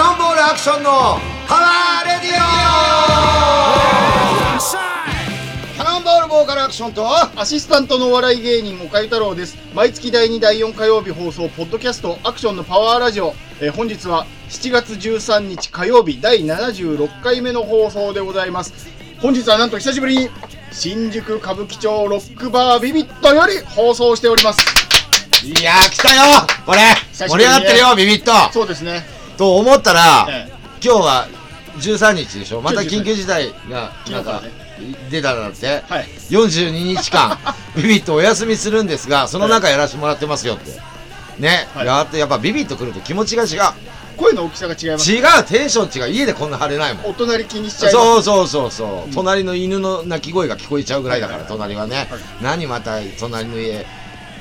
ションのパワーレディキャノンボールボーカルアクションとアシスタントのお笑い芸人岡ゆ太郎です毎月第2第4火曜日放送ポッドキャストアクションのパワーラジオ、えー本日は7月13日火曜日第76回目の放送でございます本日はなんと久しぶりに新宿歌舞伎町ロックバービビットより放送しておりますオいやー来たよこれ久し盛ぶりり上がねってるよビビッとそうですね、と思ったら、ええ今日は13日でしょまた緊急事態がなん昨日からかね出たなんて、はい42日 間ビビッとお休みするんですがその中やらせてもらってますよってね、はいやってやっぱビビッと来ると気持ちが違う声の大きさが違います違うテンション違う家でこんな晴れないもんお隣気にしちゃいますそうそうそうそう、隣の犬の鳴き声が聞こえちゃうぐらいだから、はいはい隣はね、はい何また隣の家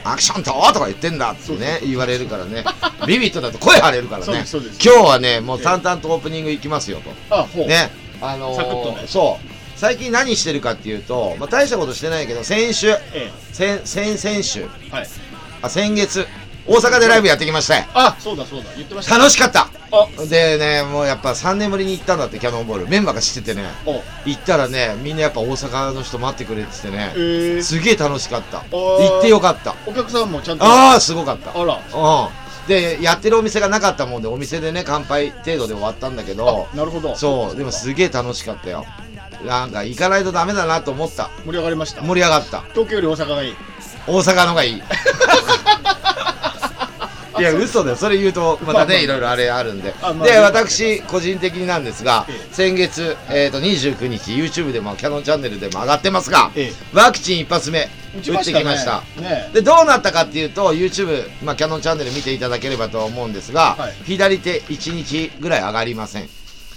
アクションととか言ってんだってそうそうねそ言われるからねビビットだと声張れるからそうねですそうです今日はねもう淡々とオープニングいきますよとあほう、ねあのーサクッとねそう最近何してるかっていうと、まあ、大したことしてないけど先週え先先々週えはいあ先月大阪でライブやってきましたよあそうだそうだ言ってました楽しかったあでねもうやっぱ3年ぶりに行ったんだってキャノンボールメンバーが知っててねお行ったらねみんなやっぱ大阪の人待ってくれててねえ、ーすげえ楽しかったおー行ってよかったお客さんもちゃんとああすごかったあうらんでやってるお店がなかったもんでお店でね乾杯程度で終わったんだけどなるほどそうでもすげえ楽しかったよなんか行かないとダメだなと思った盛り上がりました盛り上がった東京より大阪がいい大阪のがいい いや嘘だよそれ言うとままたあまあねいろいろあれあるんであまあでまあ私個人的になんですがええ先月えーと29日 YouTube でもキャノンチャンネルでも上がってますがえワクチン一発目打ってきましたねでどうなったかっていうと YouTube まあキャノンチャンネル見ていただければと思うんですがはい左手1日ぐらい上がりません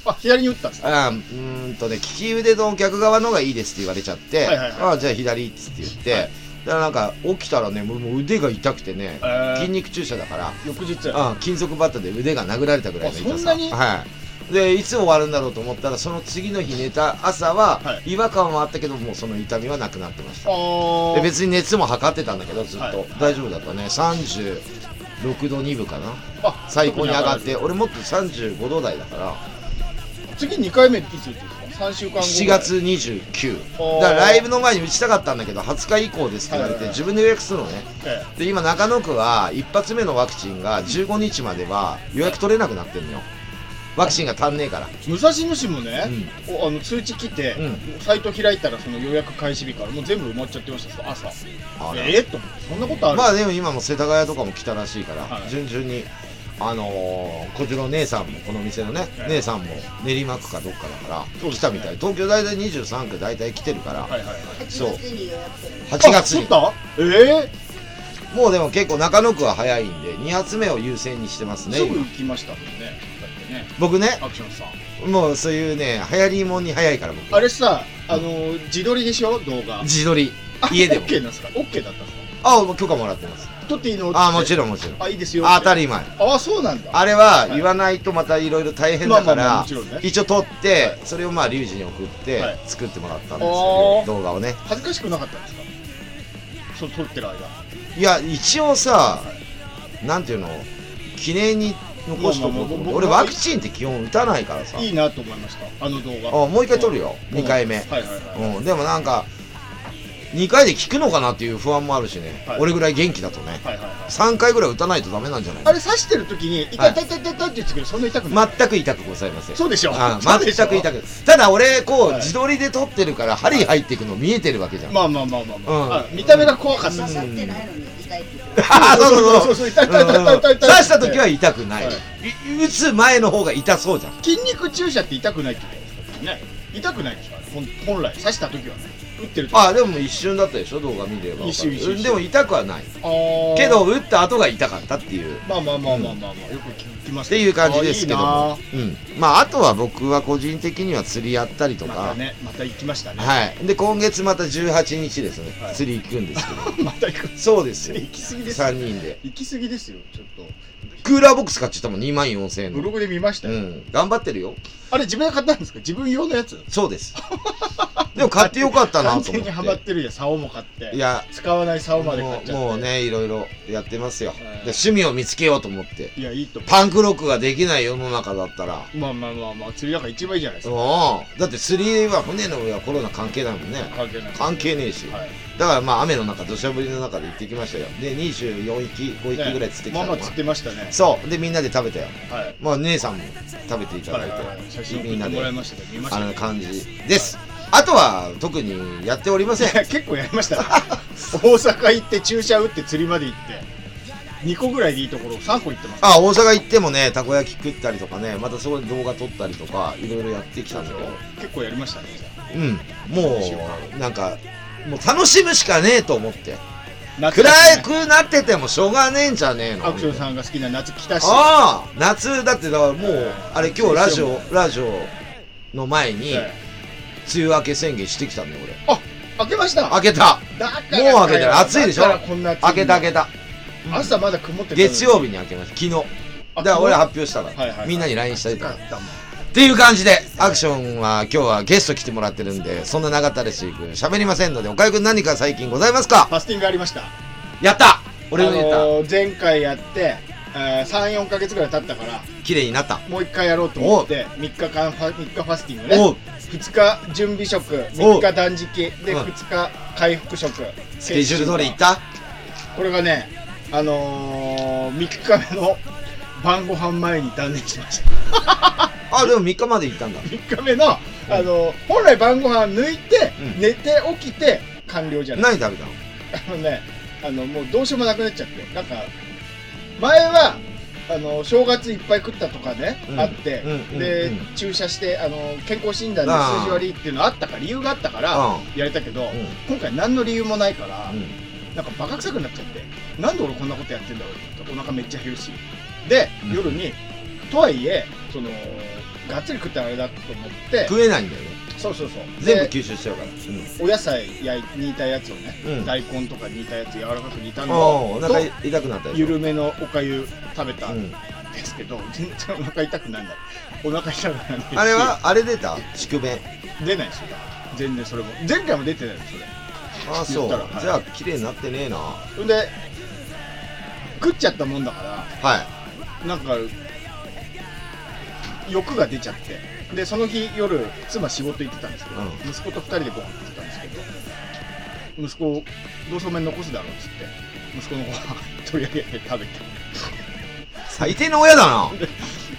あ左に打ったんですあーうーんとね利き腕の逆側の方がいいですって言われちゃって、はいはいはいあーじゃあ左っつって言って、はいだからなんか起きたらねもうもう腕が痛くてね、えー筋肉注射だから、翌日あー金属バットで腕が殴られたぐらいの痛さあそんなにはい、でいつ終わるんだろうと思ったらその次の日寝た朝はは違和感はあったけどもうその痛みはなくなってました、あで別に熱も測ってたんだけどずっと、はい大丈夫だったね36度2分かなあ最高に上がって俺もっと35度台だから次2回目いつ打つんですか3週間後7月29おーだからライブの前に打ちたかったんだけど20日以降ですって言われはいてはいはい自分で予約するのねえで今中野区は一発目のワクチンが15日までは予約取れなくなってんのよワクチンが足んねえからえ武蔵野市もね、おあの通知来て、サイト開いたらその予約開始日からもう全部埋まっちゃってました朝あらええっと思ってそんなことある、まあでも今も世田谷とかも来たらしいから、はい順々にあのー、こちらの姉さんもこの店のね、はい姉さんも練馬区かどっかだかそらうですね来たみたい、東京大体23区大体来てるから、はいはいはいそう8 8月に打ったえもうでも結構中野区は早いんで2発目を優先にしてますえねすぐ今行きましたもんねだってね僕ねアクションさんもうそういうね流行りもんに早いから僕あれさあのー自撮りでしょ動画自撮り家でも OK なんですか OK だったんですかあ許可もらってます撮っていいのあもちろろんもちろんんあいいですよあ当たりり前ああそうなんだあれははい言わないとまたいろいろ大変だかまあまあまあらもちろんね一応撮って、はいそれをまあリュウジに送ってはい作ってもらったんですよ、おー動画をね恥ずかしくなかったんですかそう撮ってる間いや一応さ、なんていうの記念に残しとこうと思っまあまあまてあ俺ワクチンって基本打たないからさいいなと思いましたあの動あ画もう一回撮るよ、うん2回目、はいはいはい、うん、でもなんか2回で効くのかなっていう不安もあるしね、はい俺ぐらい元気だとねはいはいはい3回ぐらい打たないとダメなんじゃないあれ刺してる時に痛はいい痛い痛い痛いって言ってくるそんな痛くない、全く痛くございませんそうでしょあそうでしょ全く痛くただ俺こう、はい自撮りで撮ってるから針入っていくの見えてるわけじ ゃん、まあまあまあまあ、まあうんあ見た目が怖かった刺ですさってないのに痛いって言ってるああそうそそううそそうう痛い痛い痛い痛い痛い痛いうん刺した時は痛くない、はいい打つ前の方が痛そうじゃん筋肉注射って痛くないって言ってね痛くないでしょあれほん本来刺した時はね打ってる時ああでも一瞬だったでしょ動画見れば一瞬一瞬うんでも痛くはないあーけど打った後が痛かったっていうまあまあまあまあまあ、まあよく聞きまっすていう感じですけどあもうん、まああとは僕は個人的には釣りやったりーいといなか、またねまた行きましたね、はいで今月また18日ですね、はい 釣り行くんですけどまた行くそうですよ行き過ぎですよ3人で行き過ぎですよちょっとクーラーボックス買っちゃったもん、2万4千円ブの。ログで見ましたうよ、ん。頑張ってるよ。あれ自分で買ったんですか自分用のやつそうです。 でも買ってよかったな完と全思っ。にハマっててるじゃん竿も買っていや、使わない竿まで買もっうちゃってもうね、いろいろやってますよ。んで趣味を見つけようと思って。いやいいと思パンクロックができない世の中だったら。うまあまあまあまあ釣りなんか一番いいじゃないですかもう、だって釣りは船の上はコロナ関係ないもんね。関係ない関係ねえし。はいだからまあ雨の中、土砂降りの中で行ってきましたよ。で、24匹、5匹ぐらい釣ってきまあたのまかあ釣なってましたねそう。で、みんなで食べたよ。はいまあ姉さんも食べていたはだいいて、はい写み真送んっなてもらいで、ましたけど見ましあたのけど感じです。あとは特にやっておりませいやん。結構やりましたね大阪行って注射打って釣りまで行って2個ぐらいでいいところ3個行ってますあ、大阪行ってもね、たこ焼き食ったりとかね、またそこで動画撮ったりとか、いろいろやってきたんだけど、結構やりましたねじゃあうん。もう、なんか、もう楽しむしかねえと思って。夏暗だしねくなっててもしょうがねえんじゃねえの。アクションさんが好きな夏来たしああ夏だってだからもうあれ今日ラジオラジオの前にはい梅雨明け宣言してきたんだよ俺開けました明けただからかよもう開けてる暑いでしょだからこんな暑い明けた明けた朝まだ曇ってたのに月曜日に明けました昨日だあから俺発表したかはいはいはらいみんなに LINE した暑りとかかったもんっていう感じでアクションは今日はゲスト来てもらってるんでそんな長ったらしく喋りませんので岡井くん何か最近ございますかファスティングありましたやった俺のネあタのー前回やって34か月ぐらい経ったから綺麗になったもう一回やろうと思って3日間ファ3日ファスティングねおう2日準備食おう3日断食でうん2日回復食スケジュール通り行ったこれがねあのー、3日目の晩ご飯前に断念しましたあでも3日まで行ったんだ3日目の、あのー本来晩ご飯抜いて、うん寝て起きて完了じゃない何食べたのあのねあのもうどうしようもなくなっちゃってなんか前はあの正月いっぱい食ったとかね、うんあって、うんうんで、うん注射してあの健康診断であー数字悪いっていうのあったから理由があったから、うんやれたけど、ん今回何の理由もないから、うんなんかバカ臭くなっちゃってなんで俺こんなことやってんだろうってお腹めっちゃ減るしで、うん夜にとはいえそのがっつり食ったらあれだと思って食えないんだよねそうそうそう全部で吸収しちゃうからうんお野菜焼い煮たやつをね、うん大根とか煮たやつ柔らかく煮たのおをお腹と痛くなったでしょ緩めのおかゆ食べたうんんですけど、全然お腹痛くならないお腹痛くならないしあれはあれ出た宿便出ないですよ全然それも前回も出てないですそれああそ言うったらはいじゃあ綺麗になってねえなはほんで食っちゃったもんだからなんか欲が出ちゃってでその日夜妻仕事行ってたんですけど、うん息子と2人でご飯食ってたんですけど息子をどうせお前残すだろうっつって息子のご飯取り上げて食べてい最低の親だな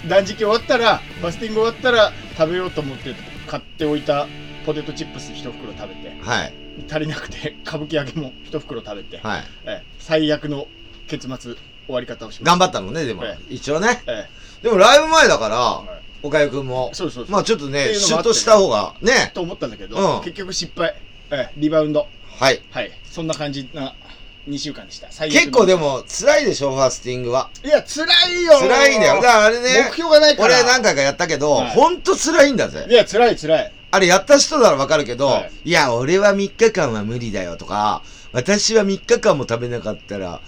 断食終わったらファスティング終わったら食べようと思って買っておいたポテトチップス1袋食べてはい足りなくて歌舞伎揚げも1袋食べて、はいええ最悪の結末終わり方をしま頑し張ったのねでもえ一応ねた、えでもライブ前だかえら岡井くんもそうそうそう、まあちょっとってねいうのシもュあってねッとした方がねと思ったんだけど、うん結局失敗、ええリバウンドはいはいそんな感じな2週間でした最悪の結構でも辛いでしょファスティングはいや辛いよ辛いんだよだからあれ目ね標がないから俺何回かやったけどはいほんと辛いんだぜいや辛い辛いあれやった人ならわかるけど、、はいや、俺は3日間は無理だよとか、私は3日間も食べなかったら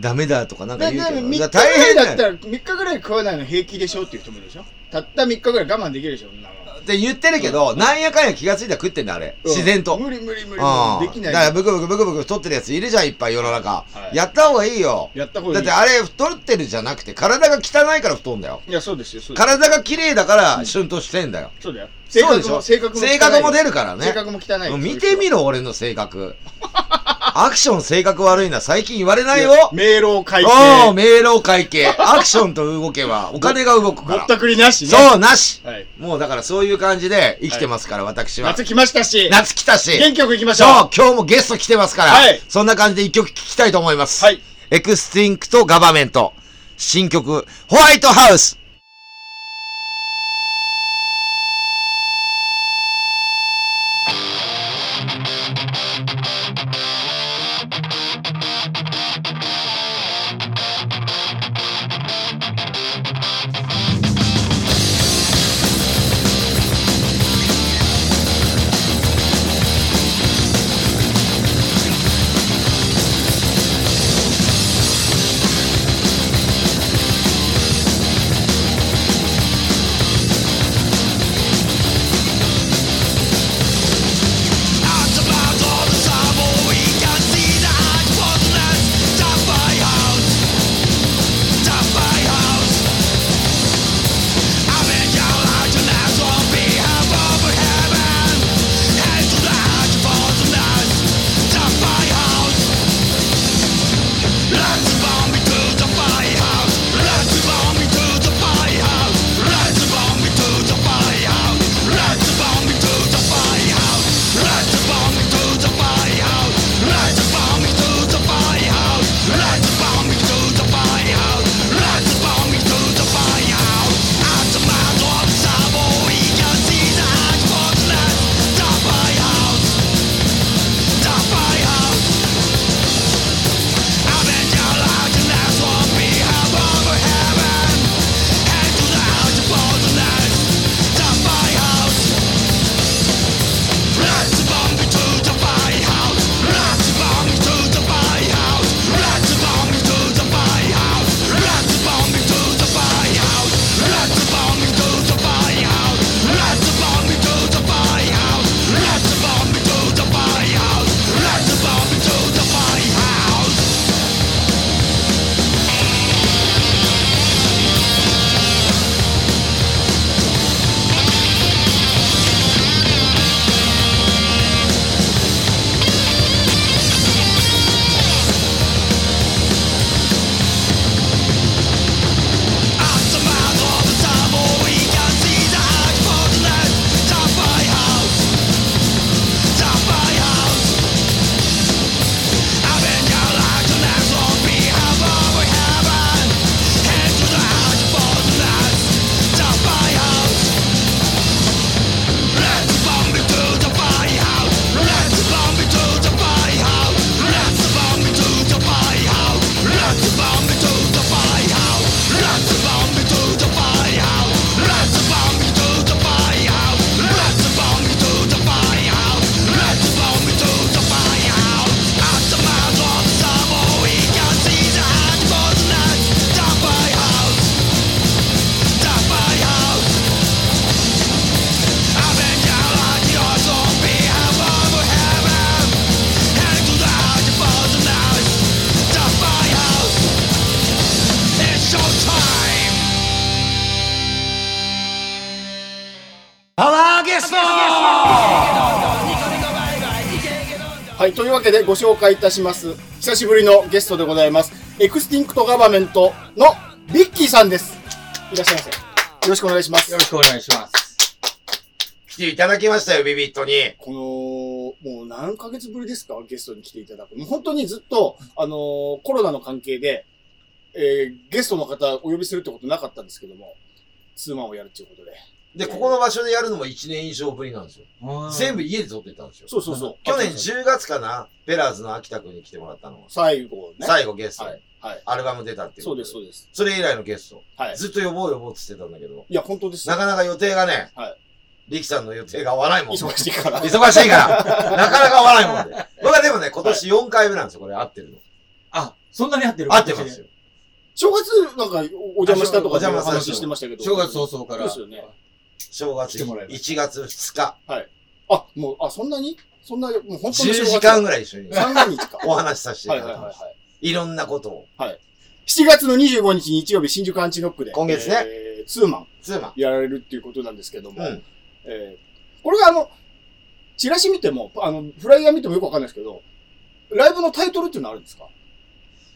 ダメだとかなんかでで言う3けど、日ぐだかららいだよったら3日ぐらい食わないの平気でしょっていう人もいるでしょたった3日ぐらい我慢できるでしょそんなのって言ってるけど、なんやかんや気がついたら食ってんだ、あれ。うん自然と。無理無理無理う無ん理できないだからブクブクブクブク太ってるやついるじゃん、いっぱい世の中。はいやった方がいいよ。やった方がだいっいてあれ太ってるじゃなくて、体が汚いから太んだよ。いやそうですよそうですよ体が綺麗だから、シュンとしてんだよ。そうだよ性そうで格しもょ性格も汚い性格も出るからね。性格も汚いもう見てみろろ、俺の性 格。アクション性格悪いな、最近言われないよ。迷路を書いておう、明朗会計。アクションと動け ば、お金が動くぼかったら。くりなしねそう、なし。はいもうだからそういう感じで生きてますから、私は。夏来ましたし夏来たし。元気よく行きましょうそう、今日もゲスト来てますから。はいそんな感じで一曲聴きたいと思います。はいエクスティンクトガバメント。新曲、ホワイトハウス。 「はい、というわけでご紹介いたします。久しぶりのゲストでございます。エクスティンクトガバメントのビッキーさんです。いらっしゃいませ。よろしくお願いしますよ。ろしくお願いします。来ていただきましたよ、ビビットに。この、もう何ヶ月ぶりですかゲストに来ていただく。もう本当にずっと、あのーコロナの関係で、えーゲストの方お呼びするってことなかったんですけども、ツーマンをやるっていうことで。で、ここの場所でやるのも1年以上ぶりなんですよ。全部部家で撮ってたんですよ。そうそうそう。去年10月かな、ベラーズの秋田君に来てもらったのが。最後ね。最後ゲスト、はい。はい。アルバム出たっていう。そうです、そうです。それ以来のゲスト。はい。ずっと呼ぼう呼ぼうって言ってたんだけど、いや、本当ですよな。かなか予定がね、はいリキさんの予定が合わないもん。忙しいから。忙しいから、なかなか合わないもんで。僕はでもね、今年4回目なんですよ、これ合ってるの。あ、そんなに合ってる合ってますよ。。正月なんかお邪魔したとかっていう話してましたけど。正月早々から。そうですよね。正月来てもらえます1月2日、あ、もう、あ、そんなにそんな、もう本当に正10月時間ぐらい一緒に三が日か。 お話しさせていはいたはいだきはいはまいし。た。いろんなことを。 7月の25日日曜日、新宿アンチノックで。今月ねえーツーマンつまやられるっていうことなんですけども。うん。えーこれがあの、チラシ見ても、あの、フライヤー見てもよくわかんないですけど、ライブのタイトルっていうのあるんですか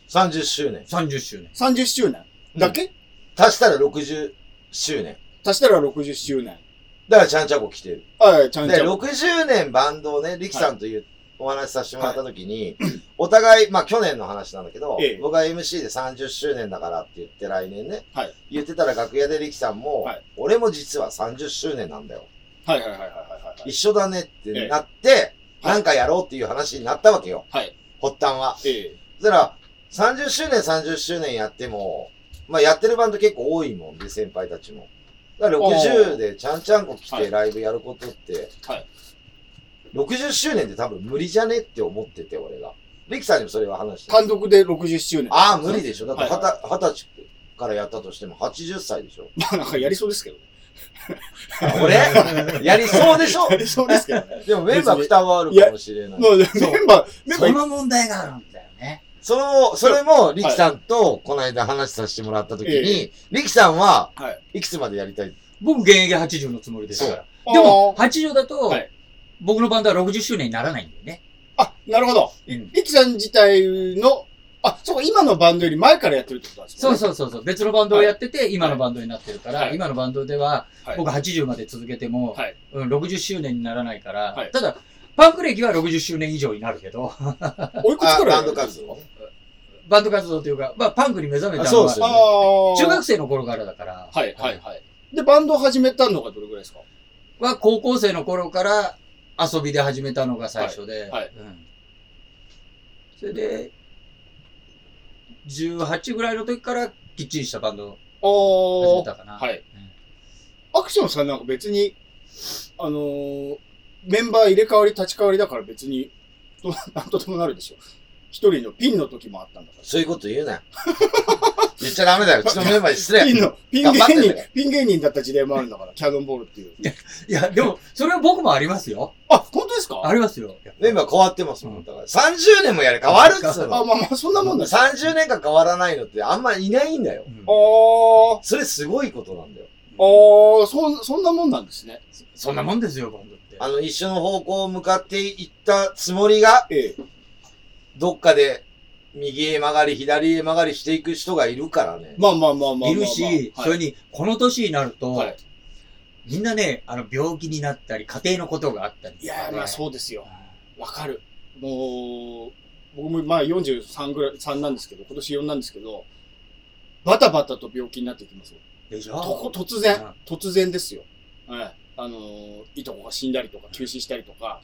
30周年。 30周年。 ?30 周年だけ、足したら60周年。足したら60周年。だからちゃんちゃこ来てる。はい、ちゃんちで、ゃん。 60年バンドをね、リキさんというお話しさせてもらった時に、お互い、まあ去年の話なんだけど、ええ僕が MC で30周年だからって言って来年ね、はい言ってたら楽屋でリキさんも、はい俺も実は30周年なんだよ。はいはいはいはいはいはい。一緒だねってなって、はいなんかやろうっていう話になったわけよ。はい発端は。えそしたら、30周年30周年やっても、まあやってるバンド結構多いもんで、先輩たちも。だから60でちゃんちゃんこ来はていライブやることって、はい60周年って多分無理じゃねって思ってて、俺が。リキさんにもそれは話しーて。単独で60周年。ああ、無理でしょ。だってはいははいた20歳からやったとしても80歳でし ょ。まあなんかやりそうですけどね。 俺やりそうでしょやりそうですけど ね。でもメンバー蓋はあるかもしれない。なのでメンバー、メンバそーの問題があるんだよね。その、それも、リキさんと、この間話させてもらったときえに、リキさんはは、いくつまでやりたい僕現役80のつもりですから。いでも、、80だとはい、僕のバンドは60周年にならないんだよね。あ、なるほど。うんリキさん自体の、あ、そうか、今のバンドより前からやってるってことなんですそね。うそうそうそう。別のバンドをやってて、今のバンドになってるかはら、い今のバンドでははい、僕80まで続けてもはい、うん60周年にならないかはらい、ただ、パンク歴は60周年以上になるけど、おいくつあからバやンるドんです活動ねバンド活動というか、まあ、パンクに目覚めたあそのうですよは、あー中学生の頃からだから、はい、はい、はい。で、バンドを始めたのがどれぐらいですかは高校生の頃から遊びで始めたのが最初で、はいはいうんそれで、18ぐらいの時からきっちりしたバンドを始おめたかな。はい。アクションさんなんか別に、あのーメンバー入れ替わり立ち替わりだから別に、どうなんとでもなるでしょ。一人のピンの時もあったんだかそういうこと言うなよ。 言っちゃダメだよ。うちのメンバーに失ら。礼。ピンの、ピン芸頑張って人んだよ、ピン芸人だった時代もあるんだから、キャノンボールっていう。いや、でも、それは僕もありますよ。あ、本当ですかありますよ。メンバー変わってますもん。だから、30年もやれ変わるっつうあ、の。まあまあ、そんなもんだし。あ30年間変わらないのってあんまいないんだよう。んー、それすごいことなんだよ。あー、そん、そんなもんなんですね。そんなもんですよ、バンドって。あの、一緒の方向を向かっていったつもりが、ええ。どっかで、右へ曲がり、左へ曲がりしていく人がいるからね。まあまあまあまあまあまあ。いるし、はいそれに、この年になると、はいみんなね、あの、病気になったり、家庭のことがあったりとかいね、やー、まあそうですよ。うわかる。もう、僕もまあ43ぐらい、3なんですけど、今年4なんですけど、バタバタと病気になってきますよ。ん。でしとこょ突然うん、突然ですよ。はい。あのー、いとこが死んだりとか、急死したりとか、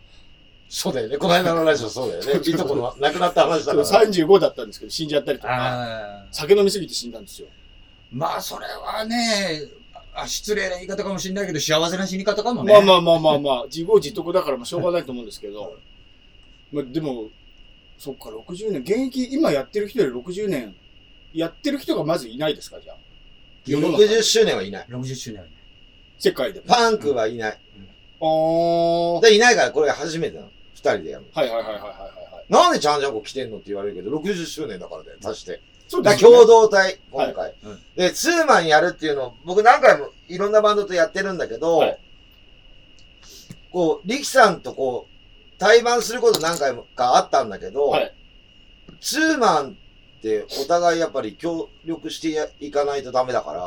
そうだよね。この間のラジオそうだよね。いとこの亡くなった話だから。 35だったんですけど、死んじゃったりとか、あー酒飲みすぎて死んだんですよ。まあ、それはね、あ失礼な言い方かもしれないけど、幸せな死に方かもね。まあまあまあまあまあ、自業自得だからまあしょうがないと思うんですけど、まあでも、そっか、60年、現役、今やってる人より60年、やってる人がまずいないですか、じゃあ。世の中60周年はいない。 60周年はね。世界でも。パンクはいない。あー。で、いないからこれが初めてなの。二人でやるの。はいはいはいはいはいはいはい。なんでちゃんちゃんこ来てんのって言われるけど、60周年だからだよ、足して。そうだでからすよ共ね同体、今回、うんで、ツーマンやるっていうのを、僕何回もいろんなバンドとやってるんだけど、はいこう、力さんとこう、対バンすること何回かあったんだけど、はいツーマンってお互いやっぱり協力してやいかないとダメだから、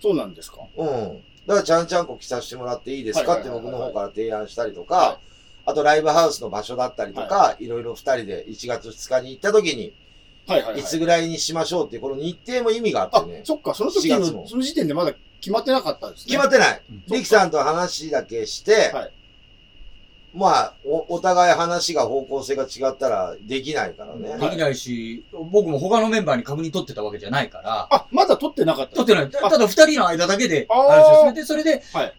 そうなんですかうん。だから、ちゃんちゃんこ着させてもらっていいですはかいっはていはいはい僕の方から提案したりとはか、あとライブハウスの場所だったりとか、いろいろ二人で1月2日に行った時に、はいはいはい。いつぐらいにしましょうっていう、この日程も意味があっあてね、。そっか、その時4月の、もその時点でまだ決まってなかったんですね。決まってない。うんリキさんと話だけしてはい、まあ、お、お互い話が方向性が違ったらできないからうねん。できないし、僕も他のメンバーに確認取ってたわけじゃないから、あ、まだ取ってなかった取ってない。たただ二人の間だけであ話を進めて、それではい、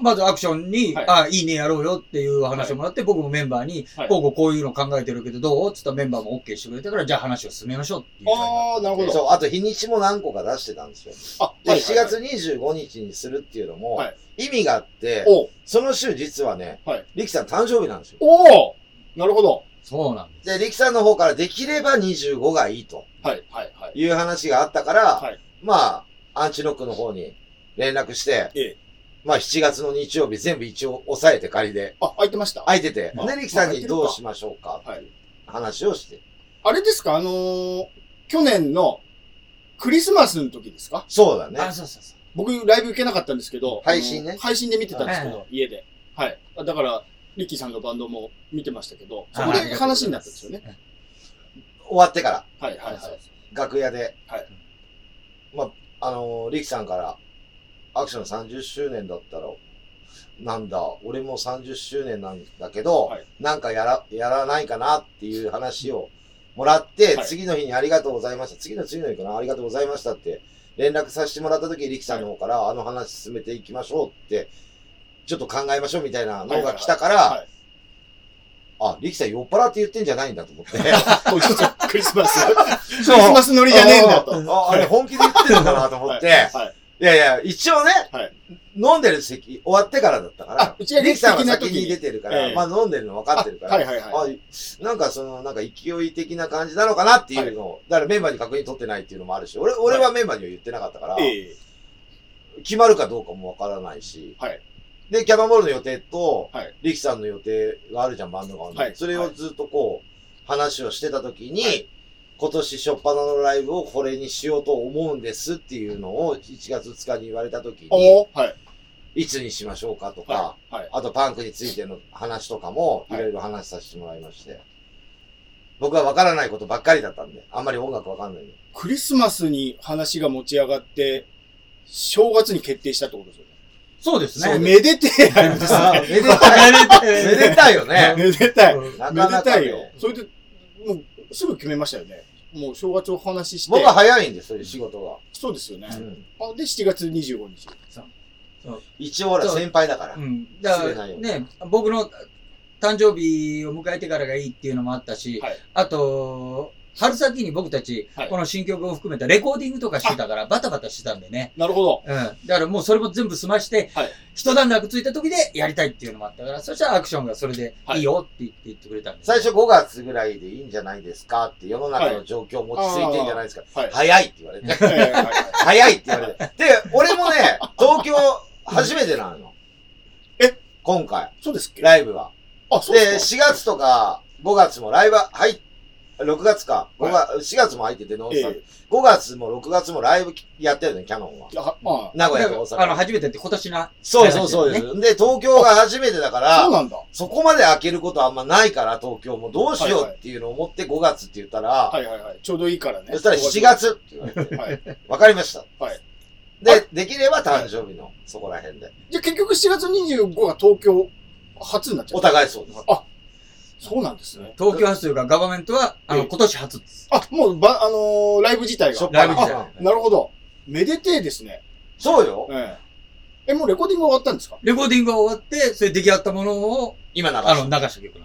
まずアクションに、はいあ、いいねやろうよっていう話をもらって、僕もメンバーにはい、こうこうこういうの考えてるけどどうっつったらメンバーも OK してくれたから、じゃあ話を進めましょうっていう会にあーなるほどそう、あと日にちも何個か出してたんですよ。あ、はいで、はい7月25日にするっていうのもはい、意味があって、おうその週実はねはい、リキさん誕生日なんですよ。おうなるほど。そうなんです。で、リキさんの方からできれば25がいいとはい、はい、はい。いう話があったから、はいまあ、アンチノックの方に連絡して、ええまあ7月の日曜日全部一応押さえて仮で、あ、空いてました。空いてて、あで、リキさんにどうしましょうかっていう話をして。あれですかあのー、去年のクリスマスの時ですかそうだね。あ、そうそうそう。僕ライブ行けなかったんですけど、配信ねあの配信で見てたんですけはいど、家で。はい。あだから、リッキーさんのバンドも見てましたけど、そあこあでりがとうござ話いになまったんですよね。ね。終わってから、はい、はい、はい。楽屋で、はいまあ、あのーリキさんから、アクション30周年だったら、なんだ、俺も30周年なんだけど、はいなんかやら、やらないかなっていう話をもらって、はい次の日にありがとうございました。次の次の日かな、ありがとうございましたって連絡させてもらった時、リキさんの方から、あの話進めていきましょうって、ちょっと考えましょうみたいなのが来たから、はいあ、リキさん酔っ払って言ってんじゃないんだと 思って。こうちょっとクリスマス。クリスそうマス乗りじゃねえんだと。ああれ本気で言ってるのかなと思って、はいはいいやいや、一応ね、はい飲んでる席、終わってからだったからあ、うちはリキさんは劇的な先時にに出てるから、ええまあ飲んでるの分かってるから、はいはいはい。あなんかその、なんか勢い的な感じなのかなっていうのを、だからメンバーに確認取ってないっていうのもあるし、俺俺はメンバーには言ってなかったから、ええ決まるかどうかも分からないし、はいで、キャノンボールの予定と、はいリキさんの予定があるじゃん、バンドがあるの、はいそれをずっとこう、話をしてた時に、はい今年初っ端のライブをこれにしようと思うんですっていうのを1月2日に言われた時に、おーはい。いつにしましょうかとか、はい。はい。あとパンクについての話とかもはいいろいろ話させてもらいまして、僕は分からないことばっかりだったんで、あんまり音楽分かん ないんで。クリスマスに話が持ち上がって、正月に決定したってことですよね。そうですそう、ね。めでてえ ライブですね。めでたい。めでたいよね。めでたい。うんなめかでなたかいねよ。それで、もう、すぐ決めましたよね。もう正月お話しして。僕は早いんです、そういう仕事が。そうですよね。うんあで、7月25日。一応ほらそう先輩だからう。ん。だか失礼ならよね、僕の誕生日を迎えてからがいいっていうのもあったしはい、あと、春先に僕たちはい、この新曲を含めたレコーディングとかしてたから、バタバタしてたんでね。なるほど。うん。だからもうそれも全部済まして、はい一段落ついた時でやりたいっていうのもあったから、そしたらアクションがそれではいいいよって言って言ってくれたんです。最初5月ぐらいでいいんじゃないですかって世の中の状況落ち着いてんじゃないですか。はい。早いって言われて。 はいはいはいはい早いって言われて。で、俺もね、東京初めてなの。え今回、そうですっけライブは。あ、そうで、です4月とか5月もライブは、はい、6月か、5月、4月も入ってて、ノンスタンえ5月も6月もライブやってるね、キャノンは。かあま名古だ屋かと大らあの、阪。初めてって今年な、そうそうそうです。で、東京が初めてだかあ、らそう、なんだ。そこまで開けることあんまないから、東京もどうしようっていうのを思って5月って言ったら、はいはいはい。ちょうどいいからね。そしたら7。月って言われて、はい。わかりました。はいで、できれば誕生日の、そこら辺で。じゃあ結局7月25が東京初になっちゃおった。互いそうです。そうなんですね。東京発というかガバメントは、あえの、え今年初です。あ、もう、ば、あのーライブ自体しょがっ。ラぱイブな自体あなるほど。めでてえですね。そうよ。ええ。え、もうレコーディング終わったんですかレコーディングが終わって、それ出来上がったものを、今流あの、し流て。した曲な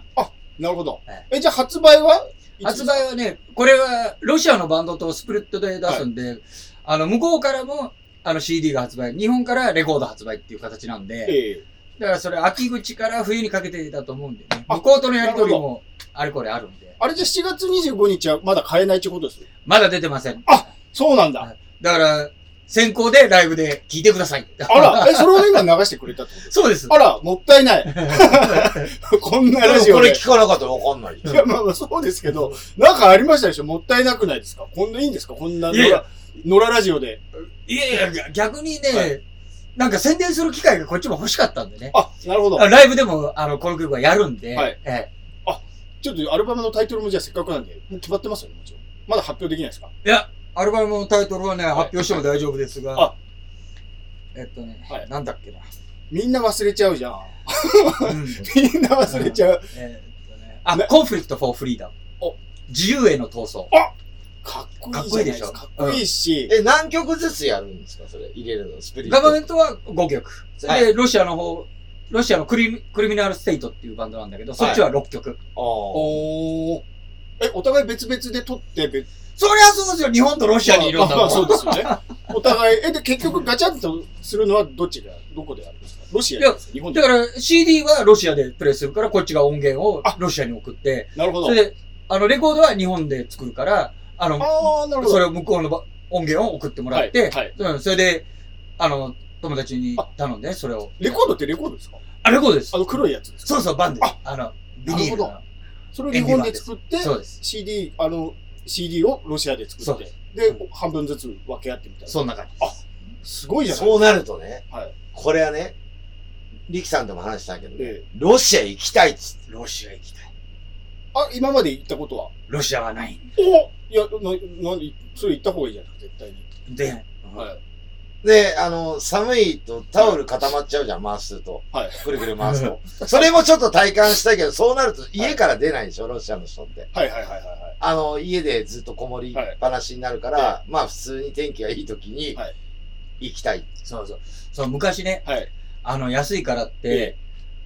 んでなるほどえ。え、じゃあ発売はす。発売はね、これは、ロシアのバンドとスプリットで出すんで、あの、向こうからも、あの、CD が発売、日本からレコード発売っていう形なんで、ええ。だからそれ秋口から冬にかけてだと思うんでね。あ向こうとのやりとりもあれこれあるんで。あれじゃあ7月25日はまだ買えないってことですよまだ出てません。そうなんだ。はいだから、先行でライブで聴いてください。あら、え、それを今流してくれたってこそうで すと。あら、もったいない。こんなラジこオれで。聞かなかったらわかんないいや、まあまあそうですけど、なんかありましたでしょもったいなくないですかこんないいんですかこんな野いやいや良、野良ラジオで。いやいや、逆にはね、なんか宣伝する機会がこっちも欲しかったんでね。あ、なるほど。ライブでも、あの、この曲はやるんで、はいえちょっとアルバムのタイトルもじゃあせっかくなんで、もう決まってますよね、もちろん。まだ発表できないですかえいや、アルバムのタイトルはね、い発表しても大丈夫ですが、あえっとね、はいなんだっ けな。みんな忘れちゃうじゃん。 うみんんな忘れちゃう。えっとねあ、ねコンフリクト・フォー・フリーダムお。自由への闘争。かっこいいじゃないですか。かかっっここいいいいし、え、何曲ずつやるんですかそれ、入れるの、スプリッガト。バメントは5曲。それで、はロシアの方、ロシアのクリミクリミナル・ステイトっていうバンドなんだけど、そっちは6曲。あおー。え、お互い別々で撮って、別そりゃそうですよ、日本とロシアにいるんだまもあん。そうですよね。お互い、え、で、結局ガチャンとするのはどっちが、どこであるんですかロシアですか日本でだ。から CD はロシアでプレイするから、こっちが音源をロシアに送って、なるほど。それで、あの、レコードは日本で作るから、あの、ああ、なるほど。それを向こうのば音源を送ってもらって、はいはいうんそれで、あの、友達に頼んで、それを。レコードってレコードですかあ、レコードですあ。の黒いやつですかそうそう、バンドですあ。あの、ビニールなの。それを日本で作って、そうです。 CD、あの、CD をロシアでそう作っでてす、でう、半分ずつ分け合ってみたいな。そんな感じ。すごいじゃないそうなるとね、はいこれはね、リキさんとも話したけど、ええロシア行きたいっつって。ロシア行きたい。あ、今まで行ったことはロシアはない。おいや、な、な、それ行った方がいいじゃない絶対に。で、はい。で、あの、寒いとタオル固まっちゃうじゃん、回すと。はいくるくる回すと。 それもちょっと体感したいけど、そうなると家から出ないでしょ、ロシアの人って。はいはいはいはいはい。あの、家でずっとこもりっぱなしになるから、はまあ普通に天気がいい時にはい、行きたい。そうそう。そう、昔ね、はいあの、安いからっえて、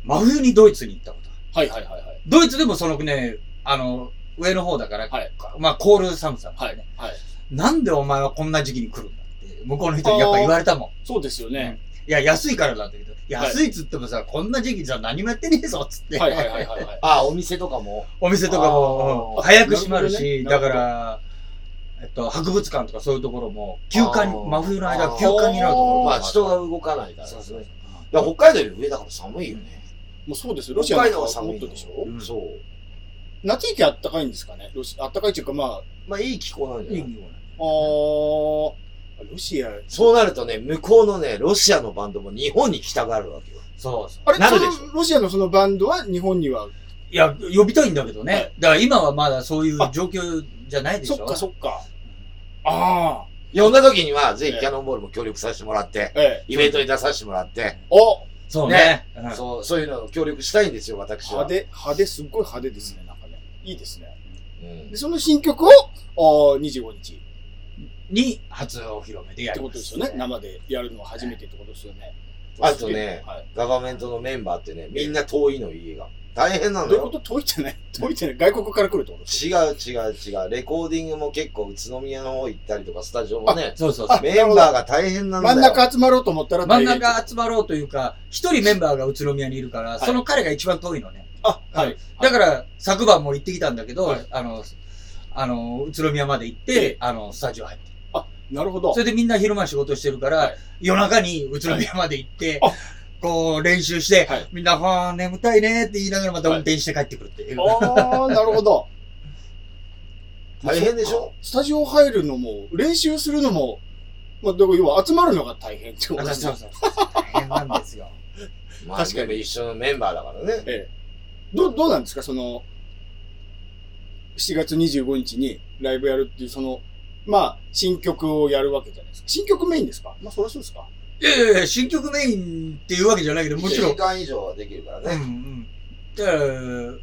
真冬にドイツに行ったことある。はいはいはいはい。ドイツでもそのね、あの、上の方だから、はいまあ、コール寒さなんだはよいね、。はい。なんでお前はこんな時期に来るんだって、向こうの人にやっぱ言われたもん。そうですよね。いや、安いからなんだけど、はい安いっつってもさ、こんな時期じゃ何もやってねえぞ、つって。はいはいはいはいはい。ああ、お店とかも。 お店とかも、あーうん早く閉まるし、なだるほかどねら、えっと、博物館とかそういうところも、休館にあ、ー真冬の間休館になるところもまるあ人が動かないからそうですそね。い。うや、北海道より上だから寒いよね。 もうそうですよ。ロシ北ア海の道方ははも寒っいとのでしょうんそう。夏行きあったかいんですかねロシあったかいっていうかまあ、あまあいい気候なんじゃいないい匂いーロシア、そうなるとね、向こうのね、ロシアのバンドも日本に来たがるわけよ。そうそう。あれなるでしょそのロシアのそのバンドは日本には、いや、呼びたいんだけどね。はいだから今はまだそういう状況じゃないでしょ。そっかそっか。ああ、呼んだ時には、ぜえひえキャノンボールも協力させてもらって、ええ。イベントに出させてもらって、おそうね。うんそう、そういうのを協力したいんですよ、私は。派手、派手、すっごい派手ですね、なんかね。いいですね。うんで、その新曲を、あー25日っに、初お披露目でやてりこまとです。すよね。生でやるのは初めてってことですよね。あとねはいガバメントのメンバーってね、みんな遠いの、家が。大変などのういうよ。こと遠いじゃない遠いじゃない外国から来るってことです違う違う違う。レコーディングも結構宇都宮の方行ったりとか、スタジオもね、そうそうそあう。メンバーが大変なんだ真よ。ん中集まろうと思ったら真ん大変中集まろうというか、一人メンバーが宇都宮にいるから、いその彼が一番遠いのね。あ、はういん。だから、昨晩も行ってきたんだけど、はいあの、あの、宇都宮まで行って、ええあの、スタジオ入って。なるほどそ。れでみんな昼間仕事してるから、はい夜中に宇都宮まで行って、あこう練習して、はいみんな、はあ、眠たいねって言いながらまた運転して帰ってくるっていう。ああ、なるほど。大変でしょスタジオ入るのも、練習するのも、まあ、だから要は集まるのが大変ってことですそうね。そうそう。大変なんですよ。まあ、確かでもに一緒のメンバーだからね。ええ。どう、どうなんですかその、7月25日にライブやるっていう、その、まあ、新曲をやるわけじゃないですか。新曲メインですかまあ、そりゃそうですか。いやいやいや、新曲メインっていうわけじゃないけど、もちろ1ん。時間以上はできるからうんうね。ん。だから、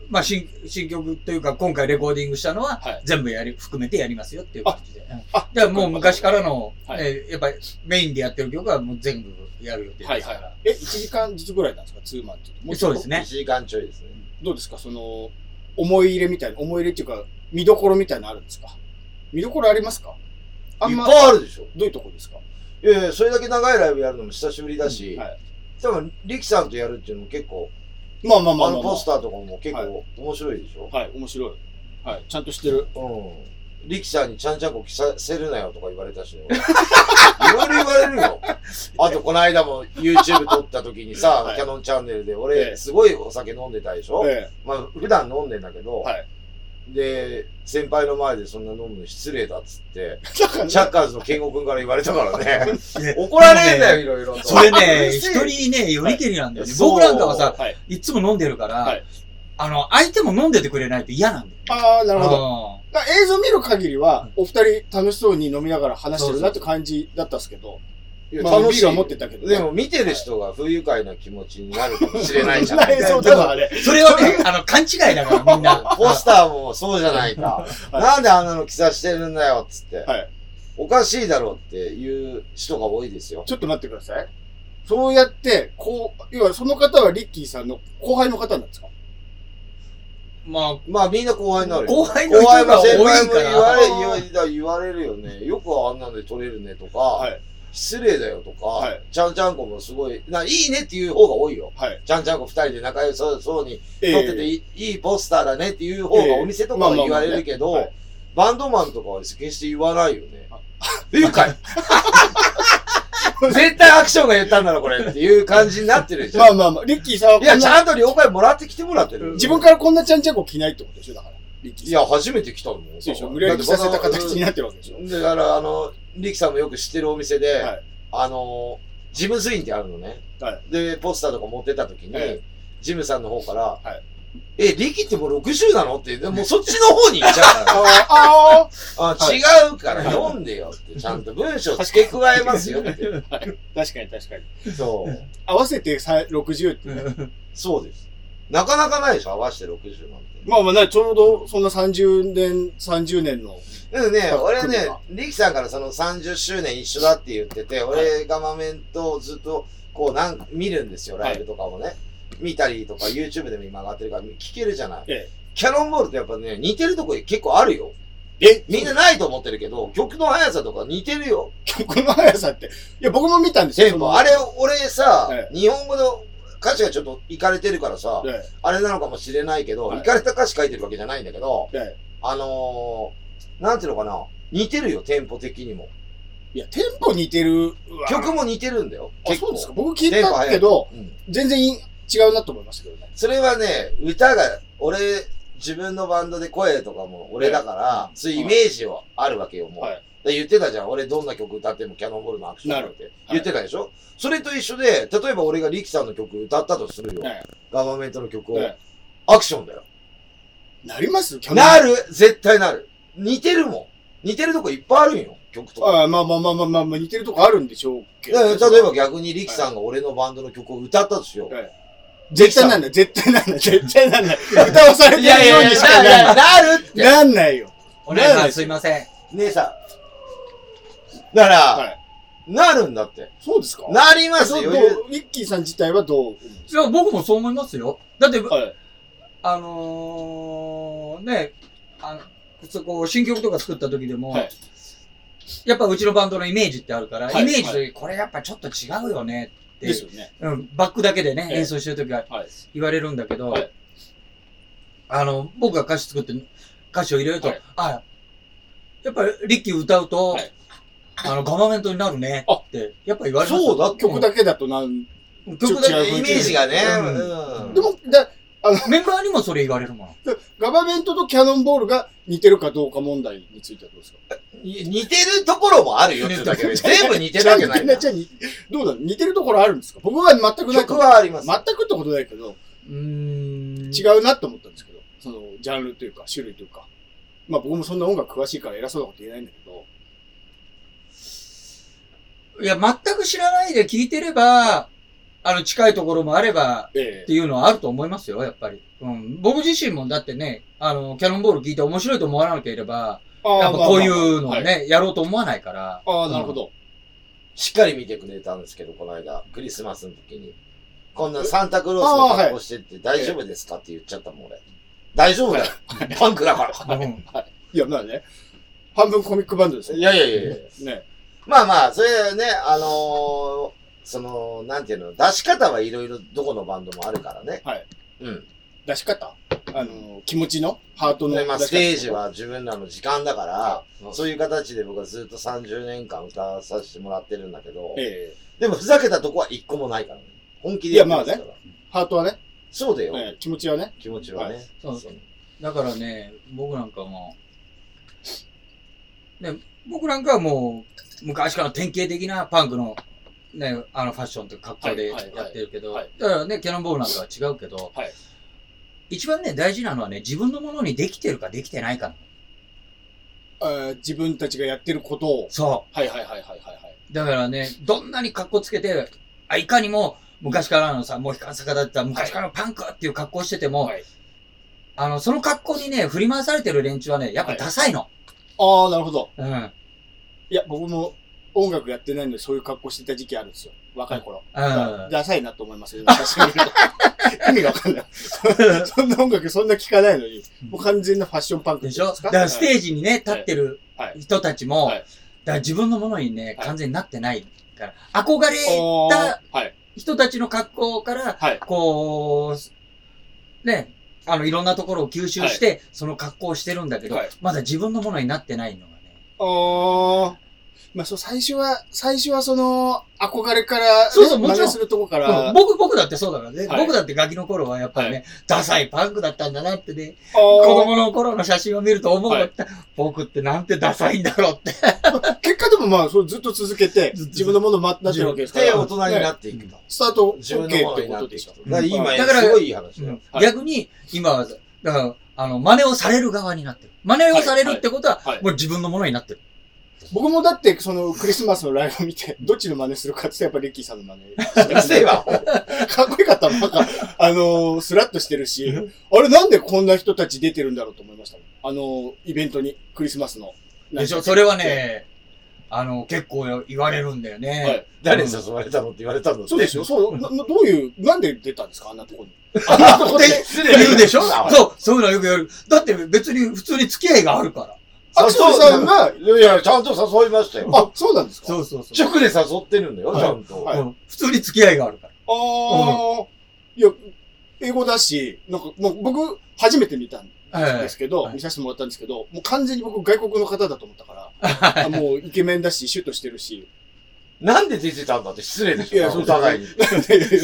まあ新、新曲というか、今回レコーディングしたのは、はい全部やり、含めてやりますよっていう感じで。うんあだからもう昔からの、はいえーやっぱりメインでやってる曲はもう全部やる予定はいですはかいら。はい。え、1時間ずつぐらいなんですかツーマンっていうと。もちそろうんですね。1。時間ちょいですね。どうですかその、思い入れみたいな、思い入れっていうか、見どころみたいなのあるんですか見どころありますかあいんっま、ぱいあるでしょ。どういうとこですかいやいや、それだけ長いライブやるのも久しぶりだし、はい多分、リキさんとやるっていうのも結構、まあまああまあまあ、まのあ。ポスターとかも結は構面白いでしょ、はい、面白い。はい、ちゃんとしてる。うん。力ちゃんにちゃんちゃんこ着させるなよとか言われたしね。いろいろ言われる よ。あと、この間も YouTube 撮った時にさ、はいキャノンチャンネルでええ俺、すごいお酒飲んでたでしょ、えまあ、普段飲んでんだけど、はいで、先輩の前でそんな飲むの失礼だっつって、え。だからねチャッカーズの健吾くんから言われた からね怒られるんだよ、いろいろと。それね、うるせえ人にね、よりけりなんだよね。そう僕なんかはさ、はい。いつも飲んでるから、はいあの、相手も飲んでてくれないと嫌なんだよね。ああ、なるほど。ど。だから映像見る限りは、お二人楽しそうに飲みながら話してるなって感じだったんですけど。いやまあ楽ビし。ールはい持ってったけどねでも見てる人が不愉快な気持ちになるかもしれないじゃん。 なそうだからね。それはね、あの、勘違いだから、みんな。ポスターもそうじゃないか。 はいなんであんなの着さしてるんだよ、つって。はいおかしいだろうっていう人が多いですよ。ちょっと待ってください。そうやって、こう、要はその方はリッキーさんの後輩の方なんですかまあ、まあみんな後輩になるよ。後輩の人が多いから後輩も先輩も言われ言われ言われるよね。よくあんなので取れるねとか、い。失礼だよとか、はいちゃんちゃんこもすごい、ないいねっていう方が多いよ。はい。ちゃんちゃんこ二人で仲良さそうにえ撮ってていい,、いいポスターだねっていう方がお店とかは言われるけまあまあまあどね、バンドマンとかは決して言わないよねあ。不愉快絶対アクションが言ったんだろ、これっていう感じになってるじゃまん。あまあまあ、リッキーさんはこいんなや、ちゃんと了解もらってきてもらってる。自分からこんなちゃんちゃんこ着ないってことでしょだから。リッキーいさん。や、初めて来たのそうでしょ無理やり着させた形になってるわけでしょだから、あの、リキさんもよく知ってるお店で、はいあの、ジムスインってあるのね。はで、ポスターとか持ってた時に、えジムさんの方から、はいえ、リキってもう60なのって、でもうそっちの方に行っちゃうから、 あああは違うから読んでよって、ちゃんと文章付け加えますよって。確かに確かに。そう。合わせてさ60って。そうです。なかなかないでしょ合わせて60なんて。まあまあね、ちょうどそんな30年、30年の。でもね、あ俺来るねか、リキさんからその30周年一緒だって言ってて、俺、ガマメントをずっと、こう、なん見るんですよ、ライブとかもね。見たりとか、YouTube でも今上がってるから、聞けるじゃない。えキャノンボールってやっぱね、似てるとこ結構あるよ。え みんなないと思ってるけど、曲の速さとか似てるよ。曲の速さって。いや、僕も見たんですよ。テンポ。あれ、俺さえ、日本語の歌詞がちょっといかれてるからさそ、のえあれなのかもしれないけど、はいいかれた歌詞書いてるわけじゃないんだけど、ええあのー、なんていうのかな、似てるよ、テンポ的にも。えいや、テンポ似てる。曲も似てるんだよ。あ、結そう構ですか。僕聞いたけど、うん全然違うなと思いましたけどね。それはね、歌が、俺、自分のバンドで声とかも俺だから、そういうイメージはあるわけよ、もう。はいで言ってたじゃん。俺どんな曲歌ってもキャノンボールのアクションだってはい言ってたでしょ、それと一緒で、例えば俺がリキさんの曲歌ったとするよ。はいガバメントの曲を。はいアクションだよ。なりますキャノンなる絶対なる。似てるもん。似てるとこいっぱいあるんよ、曲とか。ああまあまあまあまあまあ、まあ、似てるとこあるんでしょうけだど。から例えば逆にリキさんが俺のバンドの曲を歌ったとしよう。はい絶対なんない、絶対な んない、絶対なんない。歌わされているやいようやいにやしかなななるっい。て。なんないよ。お姉さん、すいません。姉さん。だから、はいなるんだって。そうですかなりますそうよ。ど余裕うリッキーさん自体はどう思うんですいや、僕もそう思いますよ。だって、かはい。あのー、ね、あの、そこ、新曲とか作った時でも、はいやっぱうちのバンドのイメージってあるから、はいイメージと、これやっぱちょっと違うよねってですよね。うん、バックだけでね、ええ演奏してる時ははい。言われるんだけど、はいあの、僕が歌詞作って、歌詞を入れると、はいあ、やっぱりリッキー歌うと、はいあの、ガマメントになるねって、やっぱ言われますそうだって。曲だけだとなん、曲だちょっとけ違うイメージがね。うんうんでも、だメンバーにもそれ言われるもん。ガバメントとキャノンボールが似てるかどうか問題についてはどうですかに似てるところもあるよってだけで、似てる全部似てるわけないんだ。じゃあ似どうだろう似てるところあるんですか僕は全くないと曲思うはあります。全くってことないけど、うーん。違うなと思ったんですけど、その、ジャンルというか、種類というか。まあ僕もそんな音楽詳しいから偉そうなこと言えないんだけど、いや、全く知らないで聞いてれば、あの、近いところもあれば、えっていうのはあると思いますよ、やっぱり。うん。僕自身もだってね、あの、キャノンボール聞いて面白いと思わなければ、えやっぱこういうのをはね、いやろうと思わないから。ああ、なるほど。しっかり見てくれたんですけど、この間、クリスマスの時に。こんなサンタクロースの格好してって大丈夫ですかって言っちゃったもん、俺。大丈夫だよ。パンクだかうん。いや、まあね。半分コミックバンドですら。よいやいやいやいや。ね。まあまあ、それね、あのーその、なんていうの、出し方はいろいろどこのバンドもあるからね。はい。うん。出し方あの、気持ちの、ハートので、まあ、出しス方テージは自分らの時間だから、うんそういう形で僕はずっと30年間歌わさせてもらってるんだけど、えでもふざけたとこは一個もないからね。本気でやってますから。えハートはね、そうだよ、ええ気持ちはね、気持ちはね。そうそう。だからね、僕なんかも、ね、僕なんかはもう、昔からの典型的なパンクの、ね、あのファッションという格好ではいはいはいやってるけど、はいだからね、キャノンボールなんかは違うけど、はい一番ね、大事なのはね、自分のものにできてるかできてないか。あー自分たちがやってることを、そはいはいはいはいはいはい。う。だからね、どんなに格好つけて、あいかにも昔からのさ、もう悲観坂だった昔からのパンクっていう格好してても、はいあの、その格好にね、振り回されてる連中はね、やっぱダサいの。ああ、なるほど。うん。うん。いや、僕も音楽やってないので、そういう格好してた時期あるんですよ。若い頃。だダサいなと思いますよ、今写真 見ると意味がわかんない。そんな音楽そんな聞かないのに、もう完全なファッションパンクでってしいうんょすだからスはいテージにね、立ってるはい人たちも、はいだから自分のものにね、はい完全になってないから、憧れおーたはい。人たちの格好から、はい。こう、ね、あの、いろんなところを吸収して、その格好をしてるんだけど、はいまだ自分のものになってないのがね。おー。まあ、そう、最初は、最初はその、憧れから、ね、そうそうもちろ真ん似するとこかうんら、僕、僕だってそうだからね。はい僕だってガキの頃はやっぱりね、はダサいパンクだったんだなってね、子おー供の頃の写真を見ると思う、はいって僕ってなんてダサいんだろうって。結果でもまあ、そうずっと続けて、ずっと自分のものになってるわけですから。で、大人になっていくと。スタート、自分 OK っのものてにこなとってでいしくょと。。だから今、だからすごいいい話だうよん。はい逆に、今は、だから、あの、真似をされる側になってる。真似をされるってことは、はいはいもう自分のものになってる。僕もだって、その、クリスマスのライブを見て、 どっちの真似するかって言ったらやっぱりリッキーさんの真似してうるせえわ。 かっこよかったもん。なんか、あのースラッとしてるし、あれなんでこんな人たち出てるんだろうと思いましたもん。あのーイベントに、クリスマスの。でしょそれはね、あの、結構言われるんだよね。はい誰に誘われたのって言われたのそ うですよ。そう、ななどういう、なんで出たんですかあんなとこに。あんなとこで。失礼言うでしょなそう、そういうのはよく言われる。だって別に普通に付き合いがあるから。アクションさんが、いやいや、ちゃんと誘いましたよ。あ、そうなんですかそうそうそう。直で誘ってるんだよ、はいちゃんと。はいうん普通に付き合いがあるから。あー、いや、英語だし、なんか、もう僕、初めて見たんえですけど、はい見させてもらったんですけど、もう完全に僕外国の方だと思ったから、あもうイケメンだし、シュッとしてるし。なんで出てたんだって失礼でしいやょ、そうおですね互いに。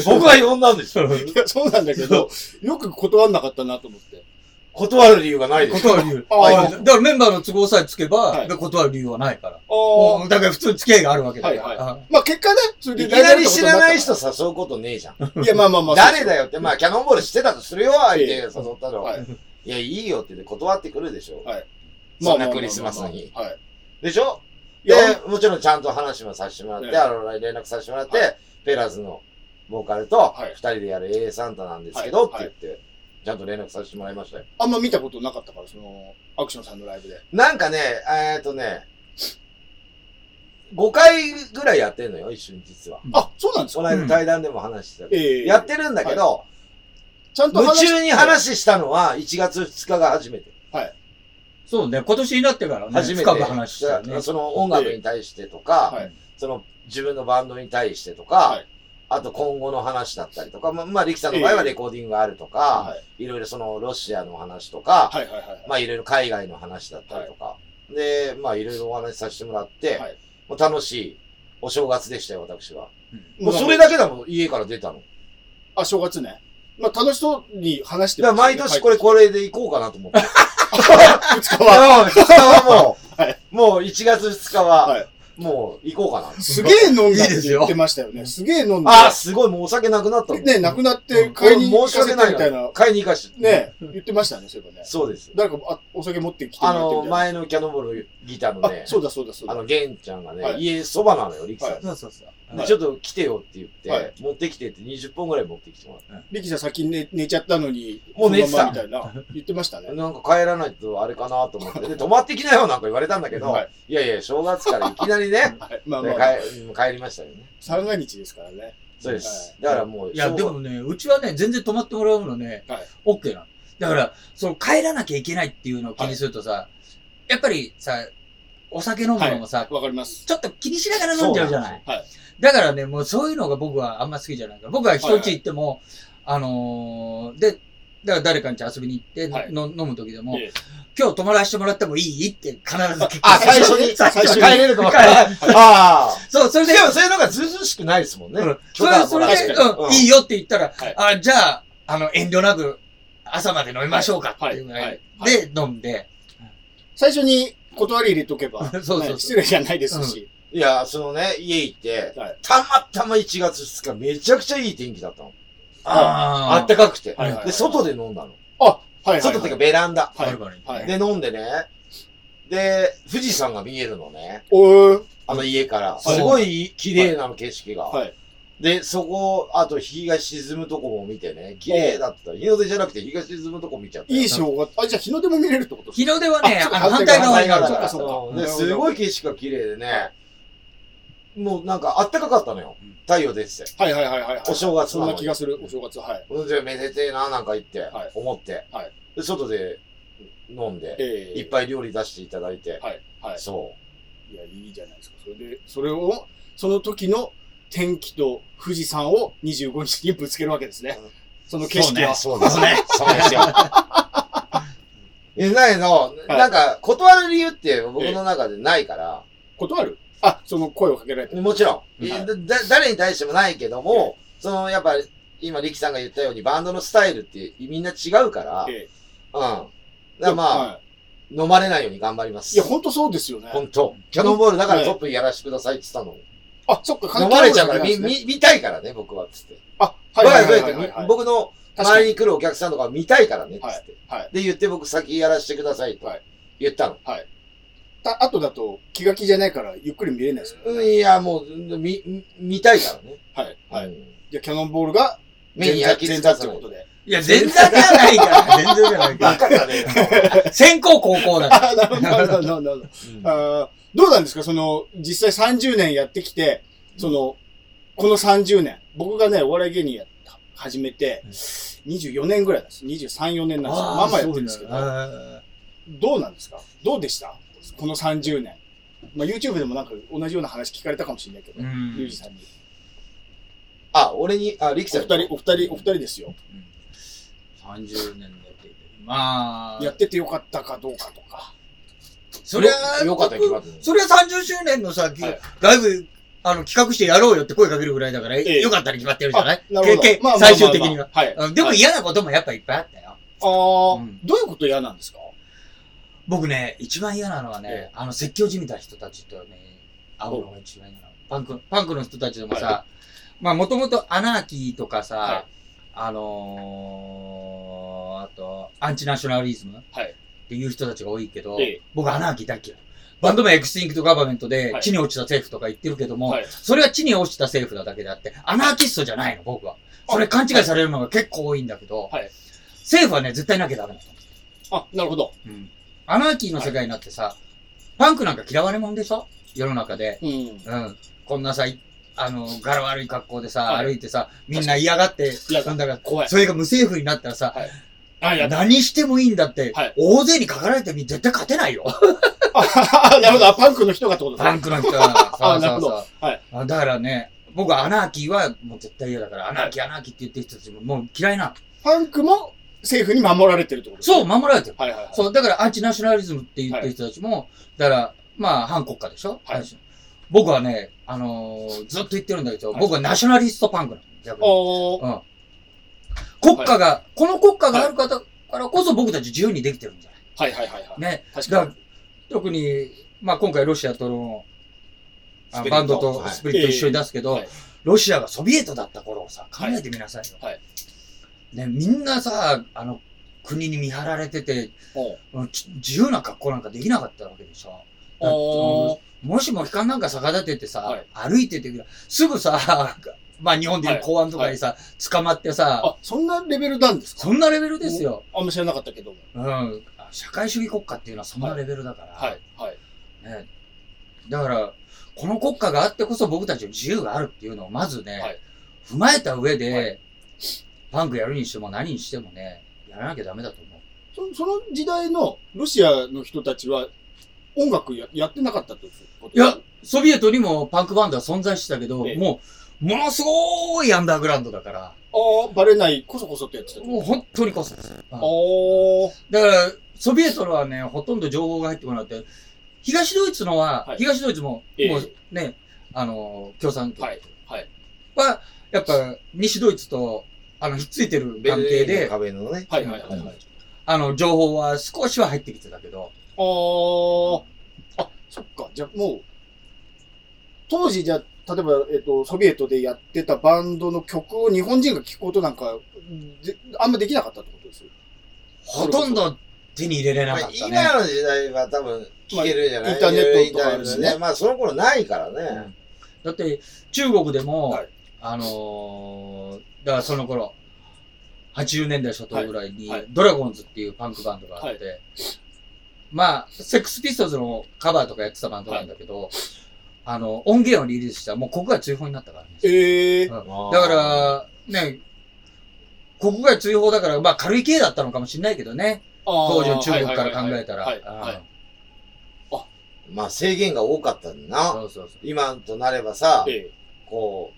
僕は呼んだんですよ。いや、そうなんだけど、よく断んなかったなと思って。断る理由がないえでしょ。断る理由。あーあだからメンバーの都合さえつけば、はいで断る理由はないから。あうんだから普通に付き合いがあるわけだから。はいあまあ結果ね、それいきなり知らないい人誘うことねえじゃん。いや、まあまあまあ。誰だよ。よって、まあ、キャノンボールしてたとするよ、相手が誘ったの。はい。いや、いいよって言って断ってくるでしょ。はいそんなクリスマスに。はい。でしょいでや、、もちろんちゃんと話もさせてもらって、ねあの、連絡させてもらって、はペラーズのボーカルとはい、二人でやる AA サンタなんですけど、ってはい言って、ちゃんと連絡させてもらいましたよ。あんま見たことなかったから、その、アクションさんのライブで。なんかね、えっとね、5回ぐらいやってんのよ、一瞬実は。あ、そうなんですこかの間対談でも話してたけど。ええ。やってるんだけど、ちゃんと夢話中に話したのは1月2日が初めて。そうね、今年になってからね、初めて。深く話したよね。その音楽に対してとか、はいその自分のバンドに対してとか、はいあと今後の話だったりとか、まあ、まあ、リキさんの場合はレコーディングがあるとか、はいいろいろそのロシアの話とか、はいはいはい。まあいろいろ海外の話だったりとか、で、まあいろいろお話しさせてもらって、はいもう楽しいお正月でしたよ、私は。うんもうそれだけだもん、家から出たの。あ、正月ね。まあ楽しそうに話してだから毎年これ、これ。れで行こうかなと思って。 2日いやは。 2日は もう、はいもう1月2日は、はいもう行こうかな。すげえ飲んだいいってですよ言ってましたよね。すげえ飲んああ、だ。すごい、もうお酒なくなったもん。ね、なくなって買いに行俺か申し訳せなたいみたいな。買いに行かして。ね、言ってましたね、そういえばね。そうです。誰かあお酒持ってきてもあらってみの、たいな。前のキャノンボールギターのねあ、、そうだそうだそうあだ。の、ゲンちゃんがね、はい家そばなのよ、リキさん。はいそうそうそう。ではいちょっと来てよって言って、はい持ってきてって20本ぐらい持ってきてもらっ力士さん先に寝寝ちゃったのに、もう寝てたそのまんまみたいな。言ってましたて、ね。なんか帰らないとあれかなと思って、で、泊まってきなよなんか言われたんだけど、はいい、、やいや、正月からいきなりねはい。 まあでまあ帰まあ、帰りましたよね。三が日ですからね。そうです。はいだからもう、いや、でもね、うちはね、全然泊まってもらうのね、はい OK なの。だから、その帰らなきゃいけないっていうのを気にするとさ、やっぱりさ、お酒飲むのもさ、わかります。ちょっと気にしながら飲んじゃうじゃない。そうなんでだからね、もうそういうのが僕はあんま好きじゃないから。僕は一家行っても、あのーで、だから誰かに遊びに行って、はいの飲む時でも、ええ今日泊まらせてもらってもいいって必ず結あ、最初に、最初に。帰れるかも。ああ。そう、それで、でも、そういうのがずうずうしくないですもんね。うん許それ可そもられっ確てで、かうんうんいいよって言ったら、はいあ、じゃあ、あの、遠慮なく朝まで飲みましょうかっていうぐらいはいはで、飲んで、最初に断り入れとけば、 そうそうはい失礼じゃないですし。いや、そのね、家行ってはい、たまたま1月2日、めちゃくちゃいい天気だったの。ああったかくて。はいはいはいで、外で飲んだの。あ、はい。外っていうか、ベランダ。ーはい。バルバルはい。で、飲んでね。で、富士山が見えるのね。おー。あの家から。すいごい綺麗なの、景色が。はい。で、そこ、あと日が沈むとこも見てね、綺麗だった。日の出じゃなくて日が沈むとこ見ちゃったよ。いい正月。あ、じゃあ日の出も見れるってことですか日の出はね、ああの反反対対側側前にがあるだかからら。そうかそうかうんですごい景色が綺麗でね、もうなんかあったかかったのようん。太陽出てて。はいはいはいはいはい。お正月そんなのなに気がする、お正月。はい。うん、じゃあめでてえな、なんか言って、はい思って、はいで、外で飲んで、ええいっぱい料理出していただいて、はい。はい。そいや、いいじゃないですか。それで、それを、その時の天気と富士山を25日にぶつけるわけですねうん。その景色はう。。そうですね。 そうです よ。え、ないの、いなんか、断る理由って僕の中でないから、断るあ、その声をかけられて。もちろん、はいえだ、誰に対してもないけども、その、やっぱ、今、力さんが言ったように、バンドのスタイルってみんな違うから、えうん。だかえらまあ、はい飲まれないように頑張ります。いや、ほんとそうですよね。本当キャノンボールだかはらいトップやらせてくださいって言ったの。あ、そっか、飲まれちゃうから、関係み、ないですねみ、見たいからね、僕は、つって。あ、はいはいはい僕はいははいはい。僕の確か周りに。に来るお客さんとかは見たいからね、つって。はい。で、言って僕先やらせてくださいとはい言ったの。た後だと気が気じゃないからゆっくり見れないですもんうね。んいや、もう、み、み見たいからね。はい。はい。い。じゃあキャノンボールが目に焼き前付座かってせこないと。で。いや、前座じゃない から。前座じゃないかバカだね。ら。先行高校 だから。あ、なるほど、なるほど、なるほど。あーどうなんですかその、実際30年やってきて、その、この30年、僕がね、お笑い芸人や始めて、うん24年ぐらいなんです。23、4年なんですよ。まあまあやってるんですけど、どうなんですかどうでしたこの30年。まあ YouTube でもなんか同じような話聞かれたかもしれないけど、うんユージさんに。あ、俺に、あ、力おさん二に。人、お二人、お二人ですよ。 30年やってて。まあ、やっててよかったかどうかとか。そりゃよ、よかったよ、決まってる。それは30周年のさ、はいライブ、あの、企画してやろうよって声かけるぐらいだから、ええよかったに決まってるじゃないあなるほどけけまあまあまあまあ最終的には。はい。うんでもはい嫌なこともやっぱいっぱいあったよ。ああ、うんどういうこと嫌なんですか僕ね、一番嫌なのはね、えあの、説教じみた人たちとね、会うのが一番嫌なの。パンク、パンクの人たちでもさ、はまあ、もともとアナーキーとかさ、はいあのー、あと、アンチナショナリズムっはい。ていう人たちが多いけど、ええ僕アナーキー大嫌い。バンド名エクスティンクトガバメントで、はい地に落ちた政府とか言ってるけども、はいそれは地に落ちた政府なだけであって、アナーキストじゃないの、僕は。それ勘違いされるのが結構多いんだけど、はい政府はね、絶対なきゃダメなの。あ、なるほど。アナーキーの世界になってさ、パンクなんか嫌われもんでしょ世の中で。うん。うん。こんなさ、いあの、柄悪い格好でさ、はい歩いてさ、みんな嫌がって、嫌だなんだか怖い。それが無政府になったらさ、あ、やだ。何してもいいんだって、はい大勢にかかられてみ絶対勝てないよ。あ なるほど。あパンクの人がってことパだ。ンクの人 は。あなるほどはいあだからね、僕はアナーキーはもう絶対嫌だから、アナーキー、アナーキーって言ってる人たちももう嫌いなの。パンクも政府に守られてるってことそう、う守られてる。はいはいはい。そう、だからアンチナショナリズムって言ってる人たちも、だから、まあ、反国家でしょ、はいアンチ僕はね、あのーずっと言ってるんだけど、はい僕はナショナリストパンクなの逆に。おーうん。国家が、この国家がある方からこそ僕たち自由にできてるんじゃないはいはいはいはい。ね。確だかから特に、まあ今回ロシアとの、あスピリットバンドとはいスピリット一緒に出すけど、ええはいロシアがソビエトだった頃をさ、考えてみなさいよ。はいね、みんなさ、あの、国に見張られてて、に。おーうんち自由な格好なんかできなかったわけでしょ。だおーもしも悲観なんか逆立ててさ、はい歩いてて、すぐさ、 まあ日本でいう公安とかにさ、捕まってさ、あ、そんなレベルなんですかそんなレベルですよ。あんま知らなかったけども。うん。社会主義国家っていうのはそんなレベルだから。はい。はい。ね、だから、この国家があってこそ僕たちの自由があるっていうのをまずね、はい踏まえた上で、はパンクやるにしても何にしてもね、やらなきゃダメだと思う。そその時代のロシアの人たちは音楽ややってなかったってこといや、ソビエトにもパンクバンドは存在してたけど、ええもう、ものすごいアンダーグラウンドだから、ああ、バレない、こそこそってやってた。もう本当にこそこそ。あうんーだから、ソビエトのはね、ほとんど情報が入ってこなくて、東ドイツのは、はい東ドイツも、ええもうね、あの、共産党はい。はい。は、やっぱ、西ドイツと、あの、ひっついてるベ関ルリン係ので、壁のね。はいはいはいはい。あの、情報は少しは入ってきてたけど、あーあ、そっか。じゃあもう、当時じゃあ例えば、えっと、ソビエトでやってたバンドの曲を日本人が聴くことなんか、であんまできなかったってことですよ。ほとんど手に入れれなまかあったね。今の時代は多分聞けるじゃない、まあインターネットとかあるしねいろいろインターネットね。まあその頃ないからね。だって、中国でも、はいあのーだからその頃、80年代初頭ぐらいに、はいはいドラゴンズっていうパンクバンドがあって、まあ、セックスピストルズのカバーとかやってたバンドなんだけど、あの、音源をリリースしたらもう国外追放になったからね。ええうんだだから、ね、国外追放だから、まあ軽い系だったのかもしれないけどね。当時の中国から考えたら。はい。うんはい。まあ制限が多かったんだな。そうそうそう。今となればさ、えこ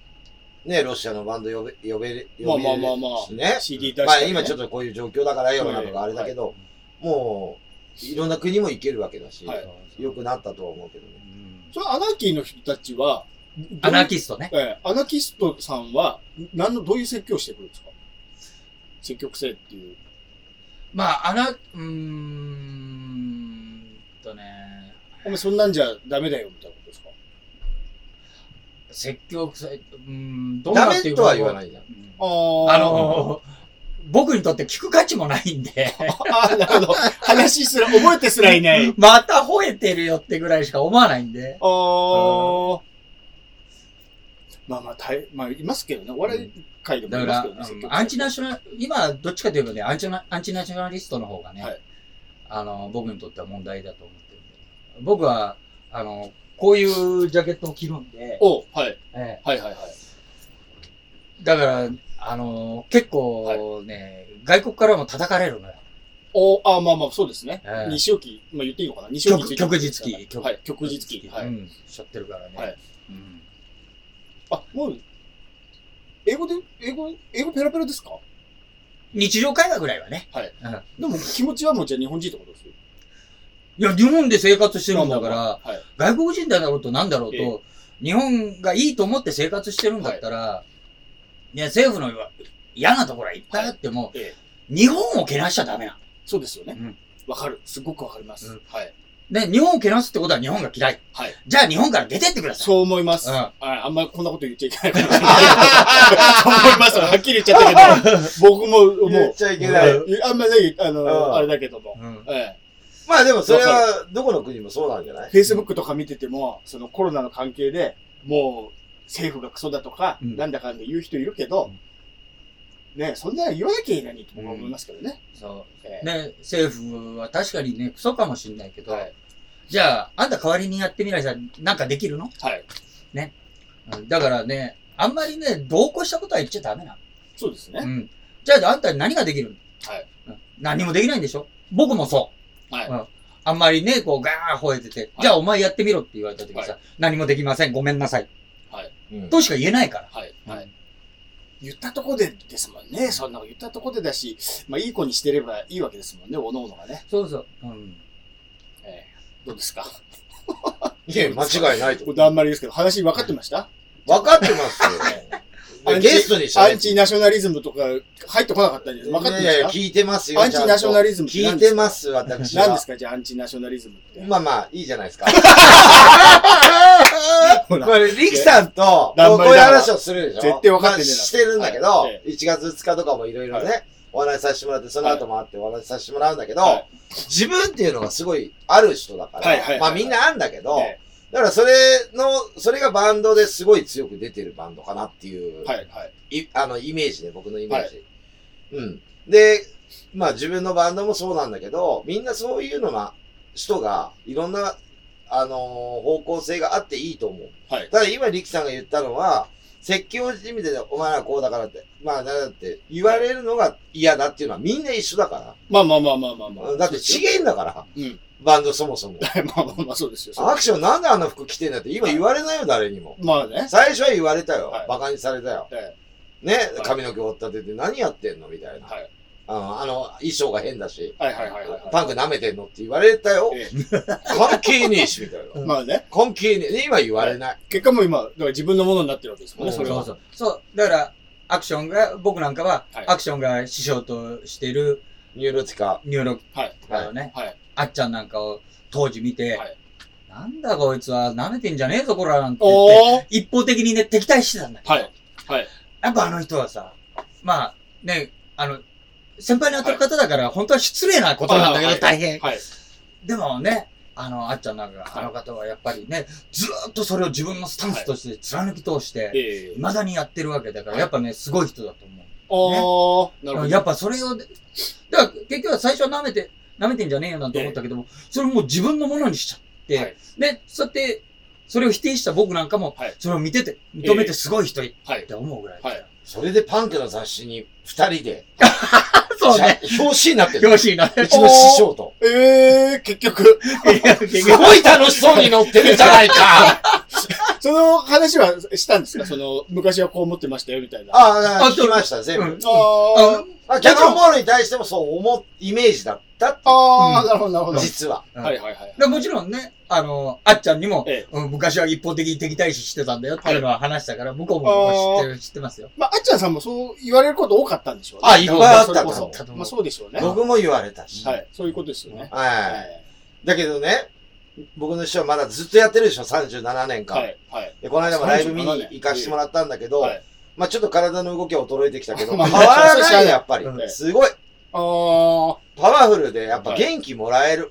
う、ね、ロシアのバンド呼べ、呼べる、まあ呼べまあるまあまあしねえ。。CD 出して、まあ今ちょっっとこういう状況だから世の中があれだけど、もう、いろんな国も行けるわけだし、はい良くなったとは思うけどね。と。そのアナーキーの人たちは、アナーキキストね。ええアナキストさんは、何の、どういう説教をしてくるんですか積極性っていう。まあ、アナ、うーんとね、お前そんなんじゃダメだよ、みたいなことですか説教臭い、うーん、どんダなってメいう。とは言わないいじゃん。うんあーあ、のー、僕にとって聞く価値もないんで、あーなるほど。話すら、覚えてすらいない。 また吠えてるよってぐらいしか思わないんで。あー。まあまあ、大まあ、いますけどね。お笑い界でもだいかますら、けどね。積うん極的アンチナショナル、今、どっちかといえばね、アンチナアンチナショナリストの方がね、はいあの、僕にとっては問題だと思ってるんで。僕は、あの、こういうジャケットを着るんで、おはい。えはいはいはい。えだから、あの、結構ね、外国からも叩かれるのよ。おあーまあまあ、そうですね。ええ西沖、まあ言っていいのかな西沖曲曲日記。曲はい、曲日記。はうい。ん、しちゃってるからね。はいうんあ、もう、英語で、英語、英語ペラペラですか日常会話ぐらいはね。でも気持ちはもうじゃあ日本人ってことですよ。いや、日本で生活してるんだから、はい。外国人だろうとなんだろうえと、日本がいいと思って生活してるんだったら、いや、政府の嫌なところはいっぱいあっても、ええ日本をけなしちゃダメなそうですよねうん。わ、かる。すごくわかります。うんはい。の。ね、日本をけなすってことは日本が嫌い。はいじゃあ日本から出てってください。そう思います。うんああんまりこんなこと言っちゃいけないかもしれない。そう思います。はっきり言っちゃったけど、僕も、言も、っちゃいうけない。うんあんまり、あの、うんあれだけども。うんええ、まあでもそれは、どこの国もそうなんじゃない Facebook とか見てても、そのコロナの関係で、もう、政府がクソだとか、うんなんだかんだ言う人いるけど、ねそんなの言わなきゃいけないのにと僕は思いますけどね。そう。ええね、政府は確かにね、クソかもしんないけど、はいじゃあ、あんた代わりにやってみないじゃなんかできるのはい。うんだからね、あんまりね、同行したことは言っちゃダメなそうですね。の。うん。じゃあ、あんた何ができるのはいうん。何もできないんでしょ僕もそう。はいうんあんまりね、こう、ガー吠えてて、はいじゃあお前やってみろって言われた時にさ、は何もできません、ごめんなさい。うんとしか言えないから。はい。はうい。言ったとこでですもんね。そんなの言ったとこでだし、まあ、いい子にしてればいいわけですもんね、おのおのがね。そうそう。うん。ええどうですかいや、間違いないとこ。れあんまりですけど、話分かってました分かってます アよ。ンチゲストにしゃアべンチナショナリズムとか入ってこなかったんです。分かってまいやいや、した聞いてますよ。アンチナショナリズムっちてゃんと聞いて何ですかます、私何ではす。かじゃあアンチナショナリズムって。まあまあ、いいじゃないですか。 ほらこれ、リキさんと、頑こ張うりながらいう話をするでしょ絶対分かってねえなまあしてるんだけど、はいえ1月2日とかもいろいろはね、お話しさせてもらって、その後もあってお話しさせてもらうんだけど、はい自分っていうのがすごいある人だから、はいはいはいはいまあみんなあんだけど、えだからそれの、それがバンドですごい強く出てるバンドかなっていう、えはい、はい。いあの、イメージね、僕のイメージ。うん。で、まあ自分のバンドもそうなんだけど、みんなそういうのな人が、いろんな、あのー方向性があっていいと思う。はいただ今、力さんが言ったのは、説教じみでお前らこうだからって、まあだって言われるのが嫌だっていうのはみんな一緒だかまあまあまあまあまあまあ。ら。だってそう違えんだから、うんバンドそも そも。ですよ まあまあまあ、そうですよ。そうアクションなんであんな服着てんだって今言われないよ、誰にも。まあね。最初は言われたよはい。馬鹿にされたよ。えね、髪の毛折ったてて何やってんのみたいえな。はい。あのあの、衣装が変だし。はいはいはいはいはいパンク舐めてんのって言われたよえ。関係ねえし、みたいな。まあね。関係ねえ。今言われない。結果も今、だから自分のものになってるわけですもんね、そそうれそうは。そう。そう、だから、アクションが、僕なんかは、はいアクションが師匠としてるニューロティカ。ニューロはい。とかのね、はい。あっちゃんなんかを当時見て、はいなんだこいつは舐めてんじゃねえぞ、こら、なんて言って、おー一方的にね、敵対してたんだ。はい。やっぱあの人はさ、まあ、ね、あの、先輩に当たる方だから、本当は失礼なことなんだけはど、い大変。はい。でもね、あの、あっちゃんなんか、はいあの方はやっぱりね、ずーっとそれを自分のスタンスとして貫き通して、ええ未だにやってるわけだから、やっぱね、すごい人だと思う。おーなるほど。やっぱそれを、だから結局は最初は舐めて、舐めてんじゃねえよなんて思ったけども、それもう自分のものにしちゃって、はいで、そうやって、それを否定した僕なんかも、はいそれを見てて、認めてすごい人っはい。て思うぐらい。はい。それでパンクの雑誌に二人で、そうじゃね。表紙になってる。よしいな。うちの師匠と。ええ結局。す ごい楽しそうに乗ってるじゃないか。その話はしたんですかその、昔はこう思ってましたよ、みたいな。あああ、あ聞きました、全部うん。ああキャノンボールに対してもそう思う、イメージだったってあー、なるほど、なるほど。実は。うんはいはいはい。でもちろんね、あの、あっちゃんにも、ええうん昔は一方的に敵対視してたんだよっていうのは話したから、向こうも知ってる、知ってますよ。まあ、あっちゃんさんもそう言われること多かったんでしょうね。あ、いっぱいあっそたれとこ思。そうたと思うまあ、そうでしょうね。は僕も言われたし。い。そういうことですよね。は。はいい。だけどね、僕の師匠まだずっとやってるでしょ、37年間。はい。はい。で、この間もライブ見に行かしてもらったんだけど、はいまあちょっと体の動きは衰えてきたけど、変 まあわらそうしなゃあいないやっぱりう。んすごい。ああ、パワフルで、やっぱ元気もらえる。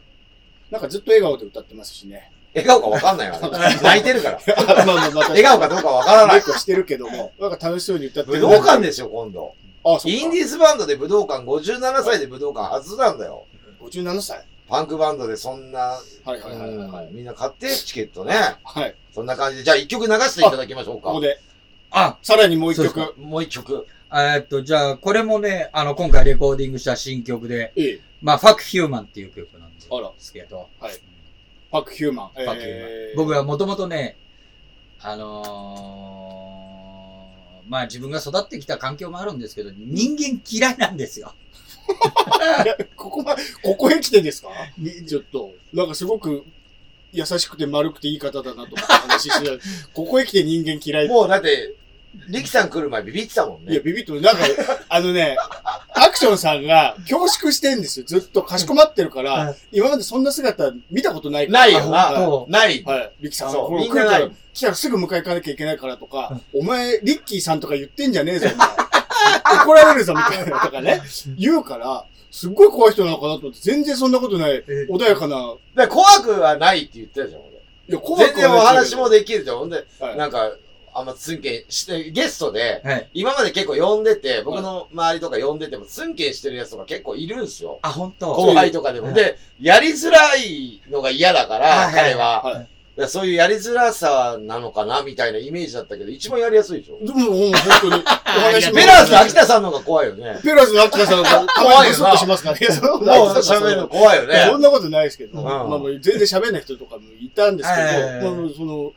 なんかずっと笑顔で歌ってますしね。笑顔かわかんない わ、ね、泣いてるから。まあまあまあ笑顔かどうかわから ない。結構してるけども、なんか楽しそうに歌って武る。道館ですよ、今度。あ、そう。インディーズバンドで武道館、57歳で武道館初なんだよ。 57歳パンクバンドでそんな、はいはいはいはいはうい。んみんな買って、チケットね。はい。そんな感じで、じゃあ一曲流していただきましょうか。ここで、あ、さらにもう一そう曲。もう一曲。えーっと、じゃあ、これもね、あの、今回レコーディングした新曲で、ええ。まあ、ファックヒューマンっていう曲なんであらすけど、はいうんパックヒューマン。パックヒューマン僕はもともとね、あのー、まあ自分が育ってきた環境もあるんですけど、人間嫌いなんですよ。ここま、ここへ来てですかちょっと、なんかすごく優しくて丸くていい方だなと思って話してたらここへ来て人間嫌い。もうだって、リキさん来る前ビビってたもんいや、ね。ビビッと、なんか、あのね、アクションさんが恐縮してんですよ。ずっとかしこまってるかはらい、今までそんな姿見たことないから。ないよあな本。ない。はい。リッキーさん、そうこれみん来なるかないら、来たらすぐ迎え行かなきゃいけないからとか、お前、リッキーさんとか言ってんじゃねえぞ、お 前怒られるぞ、みたいなとかね、言うから、すっごい怖い人なのかなと思って、全然そんなことない、え穏やかな、で怖くはないって言ってたじゃん、俺。いや、怖くはない全然お話もできるじゃん。ほんで、はいなんか、あんまツンケンして、ゲストで、はい。今まで結構呼んでて、僕の周りとか呼んでても、ツンケンしてるやつとか結構いるんすよ。あ、本後当輩とかでうも。んで、やりづらいのが嫌だかはら、い彼はいはは。だからそういうやりづらさなのかな、みたいなイメージだったけど、一番やりやすいでしょ。でも、もう本当に、お話も。ベラーズ秋田さんの方が怖いよ ね。ペラーズの秋田さんが、たまにブスッとしますからね。もう喋るの怖いよね。そんなことないですけど、うんまあまあ全然喋んない人とかもいたんですけはいはいはいど、まあまあその、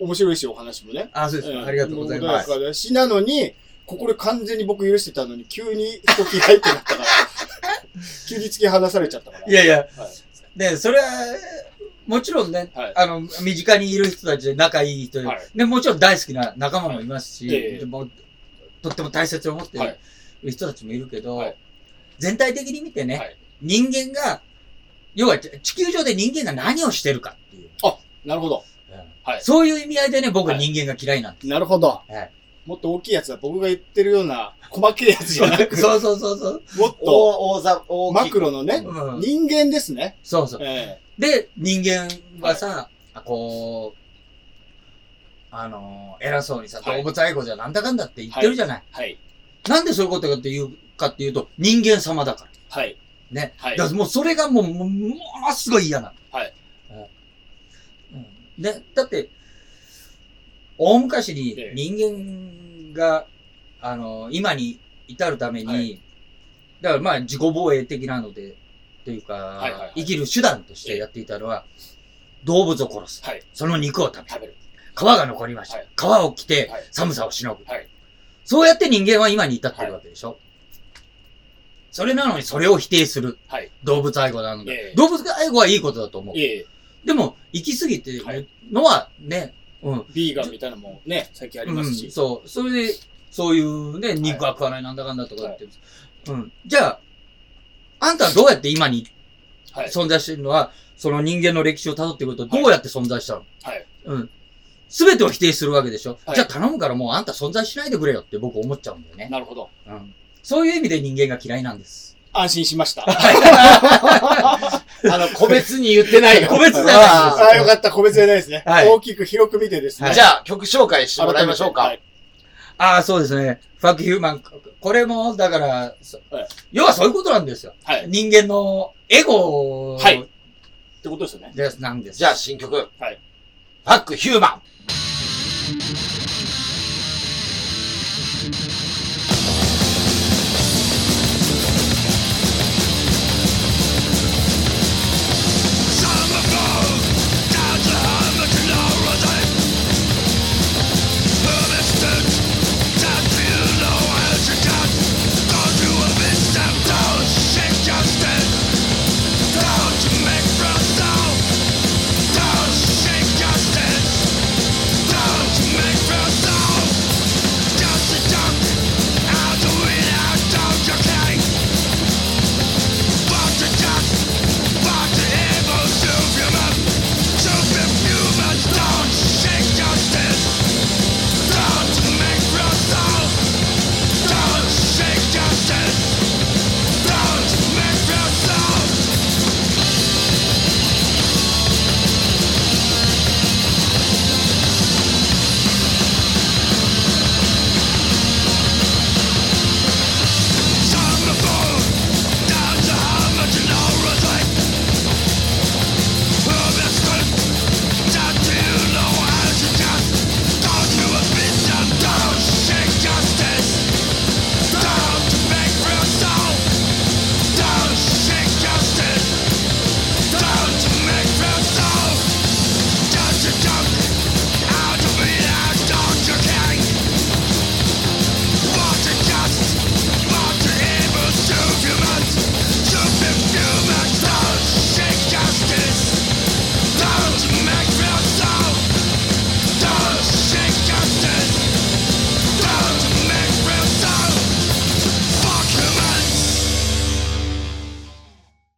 面白いし、お話もね。あ、そうですか。ありがとうございます。穏やかだし、なのに、ここで完全に僕許してたのに、急に人嫌いってなったから、急に突き放されちゃったから。いやいや、はいで、それは、もちろんね、はいあの、身近にいる人たちで仲いい人、はいで、もちろん大好きな仲間もいますし、はいええでもとっても大切に思ってはる人たちもいるけど、はい全体的に見てね、はい人間が、要は地地球上で人間が何をしてるかっていう、なるほど。はいそういう意味合いでね、僕はは人間が嫌いなんでなるほど。はいもっと大きいやつは僕が言ってるような、細けいやつじゃなく、す。そうそうそうそう。もっと、大、大ざ、大マきクく。ロのね、うん人間ですね。そうそう。えで、人間はさ、こう、あのー、偉そうにさ、はい動物愛護じゃなんだかんだって言ってるじゃない。えはい。なんでそういうことかっていうかっていうと、人間様だから。はい。ね。はいだからもうそれがもう、もうものすごい嫌なの。はいうん。うん。で、だって、大昔にええ人間が、あの、今に至るために、だからまあ自己防衛的なので、というか、いはいはい生きる手段としてやっていたのは、動物を殺す。はいその肉を食べる。食べる。皮が残りました。はい皮を着てはい、寒さをしのぐ。はいそうやって人間は今に至ってるわけでしょ、それなのにそれを否定する。はい動物愛護なので、ええ動物愛護はいいことだと思う。ええ、でも、行き過ぎてはいるのはね、うん。ビーガンみたいなのもね、最近ありうますん、し。そう。それで、そういうね、肉は食わない、なんだかんだとか言ってる、うん。じゃあ、あんたはどうやって今にはい。存在してるのは、その人間の歴史を辿っていくと、どうやって存在したのはい。うん。すべてを否定するわけでしょ、はいじゃあ頼むからもうあんた存在しないでくれよって僕思っちゃうんだよね。なるほど。うん。そういう意味で人間が嫌いなんです。安心しま した。あの、個別に言ってない よ。個別じゃないあーああ、よかった。個別じゃないですね。はい大きく広く見てですね。はいじゃあ、曲紹介してもらいましょうか。はいああ、そうですね。ファックヒューマン。これも、だから、そはい要はそういうことなんですよ。はい。っ人間のエゴはいてことですよね。ですなんです。じゃあ、新曲。はいファックヒューマン。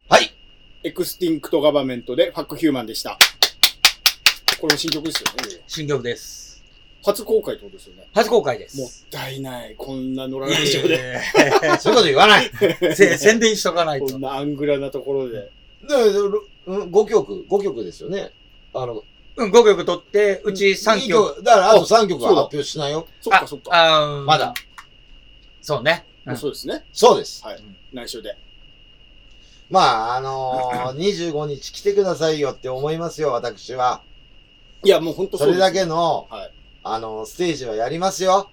はい。エクスティンクトガバメントでファックヒューマンでした。これも新曲ですよね。新曲です。初公開ってことですよね。初公開でもっす。たいない。こんな野良いラやいジオやいで。やいそういうこと言わない。やせ 宣伝しとかないとこ。んなアングラなところで。 5曲、5曲ですよね。あの、うん、5曲取って、うち3曲。。だから、あとあ3曲はそう発だ表しないよ。そっかそっか。あーまだ。。そうね。うんそうですね。そうです。はい。内緒で。まあ、あ のー、25日来てくださいよって思いますよ、私は。いや、もう本当それだけの、はいあのー、ステージはやりますよ。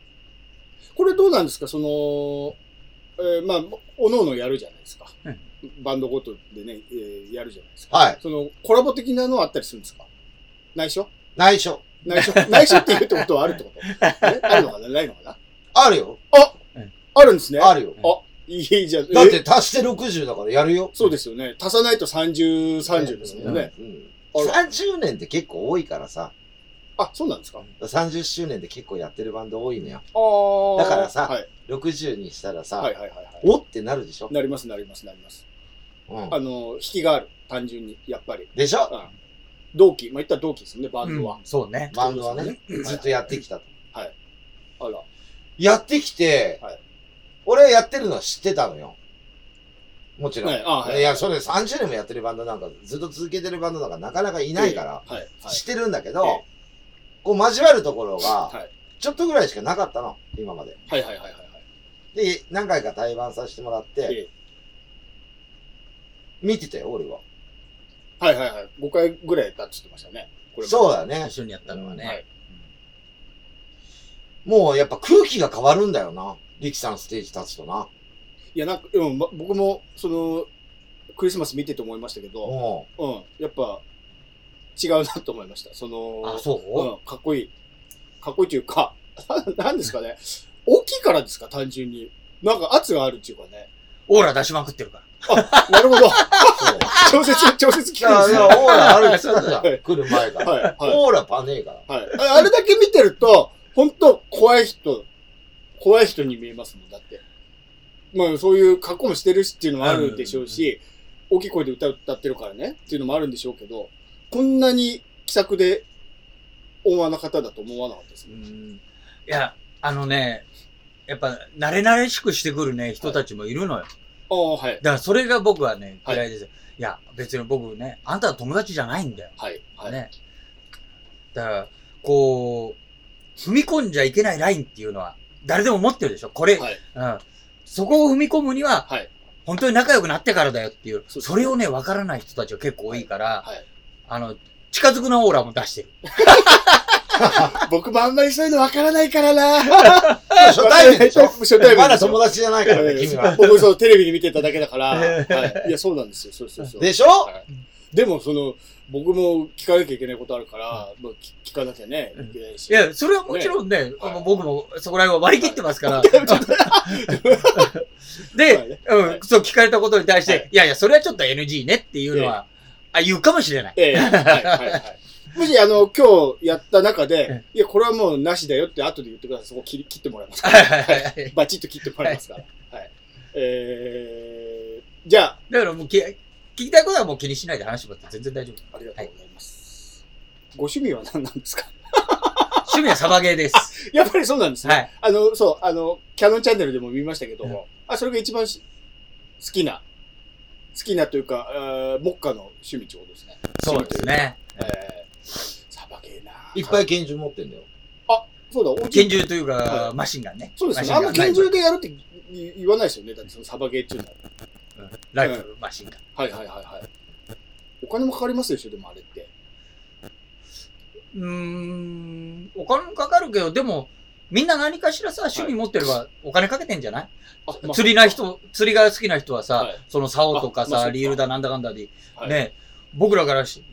これどうなんですかその、えーまあ、おのおのやるじゃないですか。はバンドごとでね、えーやるじゃないですか。はい。その、コラボ的なのはあったりするんですか内緒内緒。内 緒内緒って言うってことはあるってことえあるのかなないのかなあるよ。あるんですね。あるよ。あ、いいじゃん。だっえて、足して60だからやるよ。そうですよね。足さないと30、30ですもんね。うん。うんあら30年って結構多いからさ。あ、そうなんですか30周年で結構やってるバンド多いのよ。あだからさはい、 60にしたらさ、はいはいはいはい。おってなるでしょ。なりますなりますなります。うんあ。の、引きがある。単純に、やっぱり。でしょうん同期、まあ、言ったら同期ですよね、バンドはうん。そうね。バンドはね、んずっとやってきたと。あら。やってきて、はい俺はやってるのは知ってたのよ。もちろん。はいい、あはいや、それ30年もやってるバンドなんか、ずっと続けてるバンドなんかなかなかいないから、はい。はい。知ってるんだけど、えこう交わるところがはい、ちょっとぐらいしかなかったの、今まで。はいはいはいはいはい。で、何回か対バンさせてもらって、ええ見てたよ、俺は。はいはいはい。5回ぐらいやったって言ってましたね。これもそうだね一。緒にやったのはね。はいもうやっぱ空気が変わるんだよな。力さんステージ立つとな。いや、なんか、うん、ま僕も、その、クリスマス見てて思いましたけど、おうん、やっぱ、違うなと思いました。そうんあ、の、そうう、ん、かっこいい。かっこいいというか、 なんですかね。大きいからですか、単純に。なんか圧があるっていうかね。オーラ出しまくってるから。なるほそど。 う。調節、調節い効くんや、でいすね。やはオーラあるって言ってたじゃん。来る前かい、ら。はい。オーラパネえから。はい。ああれだけ見てると、本当怖い人、怖い人に見えますもん、だって。まあ、そういう格好もしてるしっていうのもあるでしょうし、大きい声で歌歌ってるからね、っていうのもあるんでしょうけど、こんなに気さくで、温和な方だと思わなかったですうね。んいや、あのね、やっぱ、慣れ慣れしくしてくるね、人たちもいるのよ。ああ、はい。だから、それが僕はね、はい嫌いですよ。い、や、別に僕ね、あんたは友達じゃないんだよ。はい。はい。ね。だから、こう、踏み込んじゃいけないラインっていうのは、誰でも持ってるでしょ。これ、はいうん。そこを踏み込むには、はい本当に仲良くなってからだよっていう、そうですねそれをね、わからない人たちが結構多いから、はい。あの、近づくなオーラも出してる。僕もあんまりそういうのわからないからな初対面でしょ 初対面でしょまだ友達じゃないからね、君は。僕そう、テレビで見てただけ だから、はい。いや、そうなんですよ。そうそうそう。でしょはいでも、その、僕も聞かなきゃいけないことあるから、まあ、聞聞かなきゃね、いけないし。いや、それはもちろんね、あの僕もそこら辺は割り切ってますから。はでい、はういん、そう聞かれたことに対しはいて、いやいや、それはちょっと NG ねっていうのは、あ、言うかもしれない。ええはいはい はい。もし、あの、今日やった中でいえ、や、これはもうなしだよって後で言ってください。そこ切り切ってもらいますかはいら。はいはい。バチッと切ってもらいますから。はい。えー、じゃあ、だからもうき、聞きたいことはもう気にしないで話してもらって全然大丈夫。ありがとうございます。ご趣味は何なんですか 趣味はサバゲーです。やっぱりそうなんですね。はい。あの、そう、あの、キャノンチャンネルでも見ましたけどうんも、あ、それが一番し好きな、好きなというか、えー、目下の趣味ちょうどですね。そうですね。えー、サバゲーな。いっぱい拳銃持ってんだよ。そうだ、おうち拳銃というはかい、マシンガンね。そうですね。マあシンんガまン拳銃でやるって言言わないですよね。だってそのサバゲーっていうのは。ライフル、ライフルマシンガン。はいはいはいはい。お金もかかりますでしょ、でもあれって。うーん、お金もかかるけど、でも、みんな何かしらさ、趣味持ってればお金かけてんじゃない、あまあ釣りな人、釣りが好きな人はさ、はいその竿とかあまあさ、そうかリールだなんだかんだで、はいね、僕らからし、ね、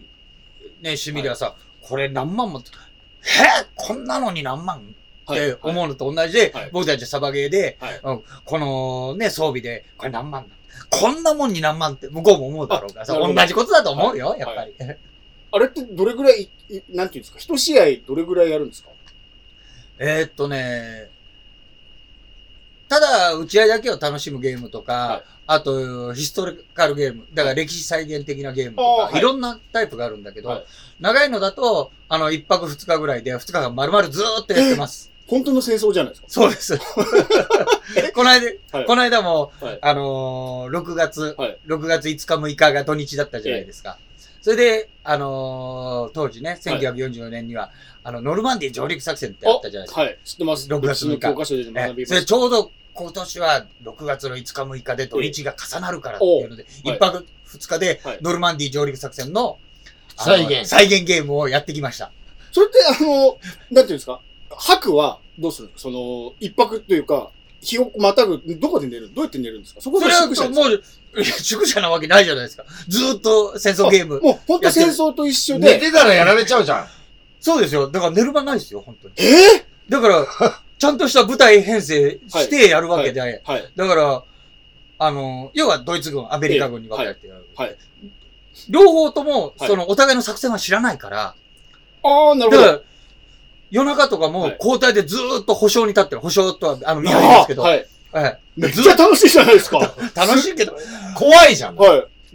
趣味ではさ、これ何万も、へえこんなのに何万っはいてはい思うのと同じで、はい僕たちサバゲーで、はいうんこのね、装備で、これ何万だ。こんなもんに何万って向こうも思うだろうからさ、あなるほ同どじことだと思うよ、やっぱり。あれってどれぐらい、いなんていうんですか、一試合どれぐらいやるんですかえーっとね、ただ打ち合いだけを楽しむゲームとか、はいあとヒストリカルゲーム、だから歴史再現的なゲームとか、あーはいい、ろんなタイプがあるんだけど、はい長いのだと、あの、一泊二日ぐらいで、二日間丸々ずーっとやってます。本当の戦争じゃないですか。そう です。この間、はいこの間も、はいあのー、6月、はい6月5日6日が土日だったじゃないですか。それで、あのー当時ね、1944年には、あの、ノルマンディー上陸作戦ってあったじゃないですかはい、知ってます。 6月のの教科書で学びまえしそたれちょうど今年は6月の5日6日で土日が重なるからっていうので、おうはい1泊2日ではいノルマンディー上陸作戦のあの再現再現ゲームをやってきました。それって、あの、なんていうんですか白はどうするんですかその、一泊というか、日をまたぐ、どこで寝るどうやって寝るんですかそこそがれは宿舎ですもう、いや宿舎なわけないじゃないですか。ずーっと戦争ゲーム。もう、本当戦争と一緒寝で、てたらやられちゃうじゃん。そうですよ。だから寝る場ないですよ、本当に。ええ だから、ちゃんとした舞台編成してやるわけで、はい。だから、あの、要はドイツ軍、アメリカ軍に分かれてやる、はいはい両方とも、はいその、お互いの作戦は知らないから、ああ、なるだほど。から、夜中とかもはい交代でずーっと保証に立ってる。保証とは、あの、見ないんですけど。あーはい。えめっちゃ楽しいじゃない ですか。はえ楽し いけど、怖いじゃん。い。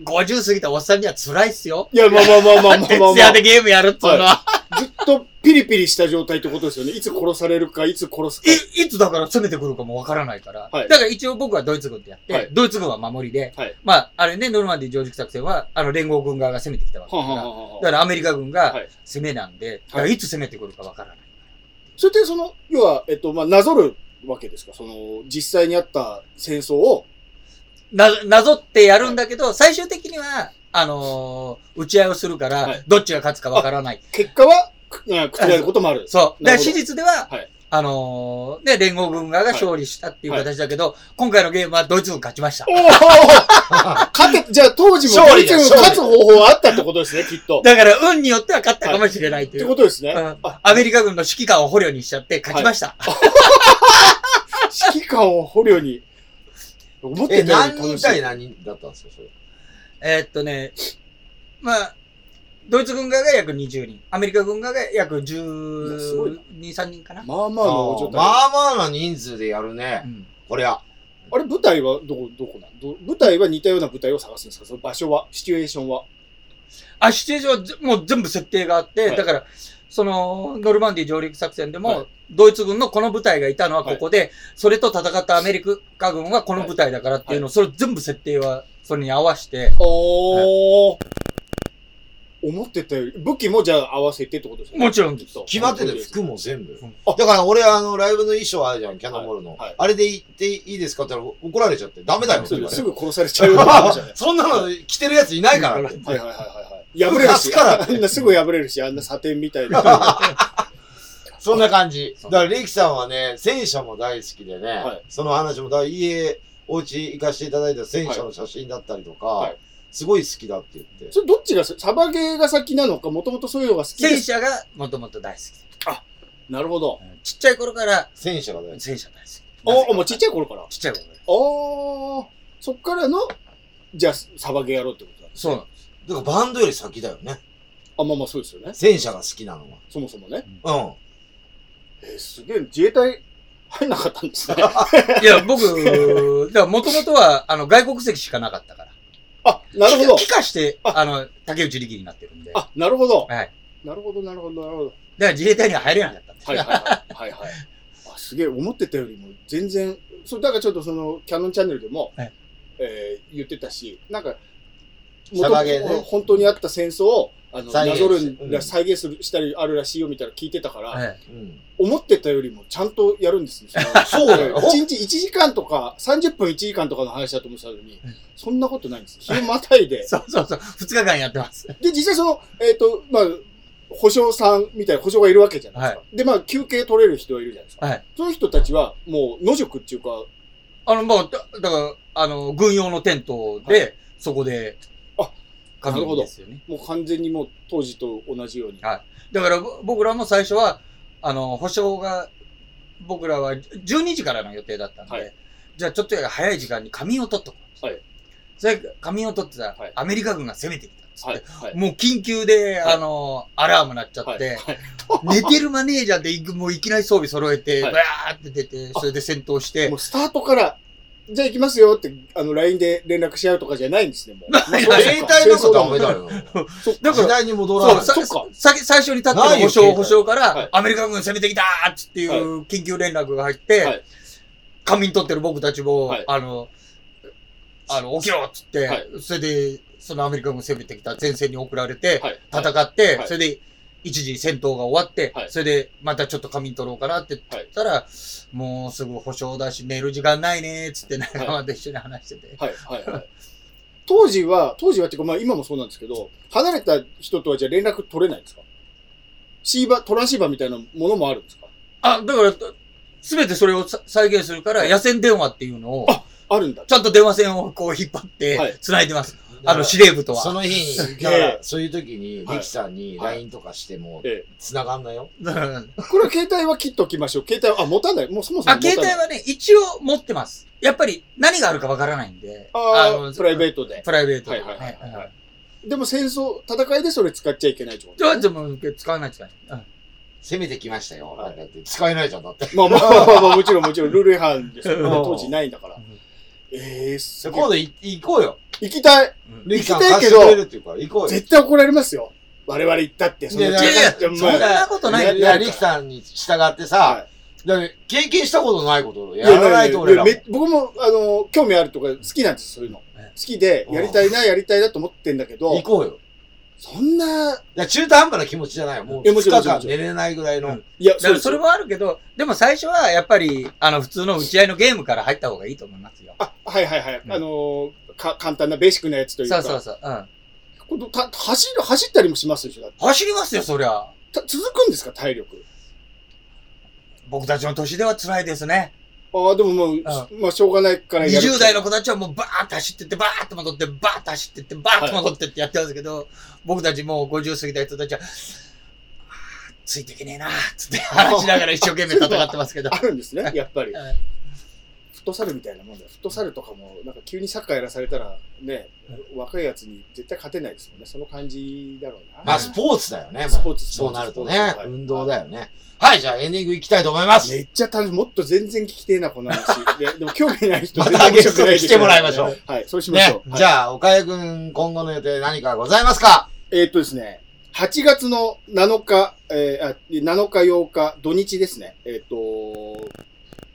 50過ぎたおっさんには辛いっすよ。いや、まあまあまあまあまあ徹まあ、夜でゲームやるっつうのは。ずっとピリピリした状態ってことですよね。いつ殺されるか、いつ殺すか。い、いつだから攻めてくるかもわからないから。はいだから一応僕はドイツ軍ってやって、はいドイツ軍は守りで、はいまあ、あれね、ノルマンディー上陸作戦は、あの、連合軍側が攻めてきたわけはだあから。はあはあだからアメリカ軍がはい攻めなんで、だからいつ攻めてくるかわからない。それってその、要は、えっと、まあ、なぞるわけですかその、実際にあった戦争を、な、なぞってやるんだけど、最終的には、あのー打ち合いをするから、はいどっちが勝つかわからない。結果は、くうん、覆ることもある。そう。なだからるほど史実では、はいあのーね、連合軍側が勝利したっていう形だけど、今回のゲームはドイツ軍勝ちました。おお勝て、じゃあ当時も勝ドイ利ツだに勝つ方法はあったってことですね、きっと。っだから、運によっては勝ったかもしれないといてう。ことですね。うんアメリカ軍の指揮官を捕虜にしちゃって勝ちました。指揮官を捕虜に。思っえ、てたよ何り楽人しい対何人だったんですか、それ。えーっとね、まあ、ドイツ軍側が約20人、アメリカ軍側が約いやすごい12、3人かな。まあままああの状態。まあな人数でやるうね。んこりゃ。あれ、舞台はどこ、どこなんど舞台は似たような舞台を探すんですかその場所は、シチュエーションは。あ、シチュエーションはぜもう全部設定があって、はいだから、その、ノルマンディ上陸作戦でも、はいドイツ軍のこの部隊がいたのはここで、それと戦ったアメリカ軍はこの部隊だからっていうのを、それ全部設定は、それに合わせて、おー。思ってたより、武器もじゃあ合わせてってことですね。もちろんですきっと決まってて、服も全部うん。だから俺、あの、ライブの衣装あるじゃん、キャノンボールのはいはい。あれで行っていいですかって言ったら怒られちゃって。ダメだよ、そうですすそぐ殺されちゃうような 話じゃないそんなの着てるやついないから。はいはいはいはい はい。破れるし、勝つからあんなすぐ破れるし、あんなサテンみたいな。そんな感じ。そだうから、レイキさんはね、戦車も大好きでね、はいその話も、だから家、お家行かせていただいた戦車の写真だったりとか、はいすごい好きだって言って。それどっちが、サバゲーが先なのか、もともとそういうのが好きで戦す。車がもともと大好きでなるほど。ちっちゃい頃から戦車が大好き。戦車大好き。お、もうちっゃいちゃい頃から。ちっちゃい頃から。おー。そっからの、じゃあ、サバゲーやろうってことだ。そうなんでだからバンドより先だよね。あ、まあまあそうですよね。戦車が好きなのそもそもね。は。うん。えーすげえ、自衛隊入んなかったんです ね。 す。いや、僕、だからもともとは、あの、外国籍しかなかったから。あ、なるほど帰。化して、あの、竹内力になってるんで。だかあ、なるほど。はい。なるほど、なるほど、なるほど。ら自衛隊には入れなかったんですはいはいはい。はいはい。あ、すげえ、思ってたよりも全然、そう、だからちょっとその、キャノンチャンネルでも、はいえー言ってたし、なんか、サバゲーね元々本当にあった戦争を、あの、再な現ぞるうんんだ、再現する、したりあるらしいよみたいなの聞いてたから、はい。うん。思ってたよりもちゃんとやるんですね。 そうだよ1日1時間とか、30分1時間とかの話だと思ってたのにうん、そんなことないんです。日をまたい で。そうそうそう。二日間やってます。で、実際その、えっ、と、まあ、保証さんみたいな保証がいるわけじゃないですか。で、まあ、休憩取れる人はいるじゃないですか。はいそういう人たちは、もう、野宿っていうか、あの、もう、だだから、あの、軍用のテントで、そこで、あ、仮なるほ眠どですよね。もう完全にもう、当時と同じように。はいだから、ぼ僕らも最初は、あの、保証が、僕らは12時からの予定だったんで、はいじゃあちょっと早い時間に仮眠を取っとこう。はいそれ、仮眠を取ってたら、はいアメリカ軍が攻めてきたっつって、はい。はい。もう緊急で、はいあの、アラーム鳴っちゃって、はい。はい寝てるマネージャーでいくもういきなり装備揃えて、はわいーって出て、それで戦闘しもてう、、スタートから、じゃあ行きますよって、あの、LINE で連絡し合うとかじゃないんですね、もう。いまあ自衛隊のことはダメそうだかよ。そうだか時ら、代に戻らそうない。さそっかさ最初に立ってないる保よ証、携帯保証から、はいアメリカ軍攻めてきたーっつっていう緊急連絡が入って、はい仮眠取ってる僕たちも、はいあの、あの、起きろっつって、はいそれで、そのアメリカ軍攻めてきた前線に送られて、はい。はい。戦って、はいそれで、一時戦闘が終わって、はいそれで、またちょっと仮眠取ろうかなって言ったら、もうすぐ保証だし、寝る時間ないねーっつって、仲間と一緒に話してて。はい。はい。はい。当時は、当時はっていうか、まあ今もそうなんですけど、離れた人とはじゃあ連絡取れないんですかシーバ、トランシーバーみたいなものもあるんですかあ、だから、すべてそれをさ再現するから、野戦電話っていうのを、あるんだ。ちゃんと電話線をこう引っ張っはいて、繋いでます。だあかのら司令部とそは。の日に、げだえから、そういう時に、はいリキさんにはい LINE とかしてもええ、繋がんなよ。うんこれは携帯は切っときましょう。携帯は、あ、持たない。もうそもそもあ、持たない。携帯はね、一応持ってます。やっぱり何があるかわからないんで。ああ、プライベーートでト。。プライベートはで。いはいはいはいははいい。でも戦争、戦いでそれ使っちゃいけないってこじとゃあ、でも使わない使わない。攻めてきましたよ。はいなんかって使えないじゃん、だって。まあまあまあまあ、もちろんもちろん、ルール違反ですけど、うん当時ないんだからうん。ええすご今い。度い行こうよ。行きたい。レイキさん行きたい貸けしどてくれるっていうから、行こうよ。絶対怒られますよ。我々行ったって。そのいやいやいやじゃあそんなことないやよ。いや、リキさんに従ってはさ、だから経験したことないことをいやらないと俺らもや。やめ僕も、あの、興味あるとか好きなんです、そういうの。好はいきで、やりたいな、やりたいなと思ってんだけ行ど、こうよ。そんな、いや、中途半端な気持ちじゃないよ。もうえ2も日ちろんも間ちろ寝れないぐらいの。いや、だからそれも。もあるけど、でも最初はやっぱり、あの、普通の打ち合いのゲームから入った方がいいと思いますよ。あ、はいはいはい。うんあの、か、簡単なベーシックなやつというそか。うそうそう。うん。これた走る、走ったりもしますでしょだって走りますよ、そりゃ。た続くんですか、体力。僕たちの年では辛いですね。ああ、でももう、まあ、しょうがないからやる。 20代の子たちはもうバーッと走ってって、バーッと戻って、バーッと走ってって、バーッと戻ってってやってますけど、僕たちもう50過ぎた人たちは、あーついていけねえなーっつって話しながら一生懸命戦ってます けどあ。るんですね、やっぱり。はいフットサルみたいなもんだよ。フットサルとかも、なんか急にサッカーやらされたら、ね、若いやつに絶対勝てないですもんね。その感じだろうな。まあ、スポーツだよね。もうスポーツそうなるとスポーねツは。い運動だよね。はい、じゃあエンディング行きたいと思います。めっちゃ楽しい。もっと全然聞きてえな、この 話。ででも興味ない人ま全た然ゲ面ス白トくなにい来てもらいましょう。はい、そうしましねょう。。はいじゃあ、岡江くん、今後の予定何かございますかえっとですね、8月の7日、えーあ7日8日、土日ですね、えっ、と、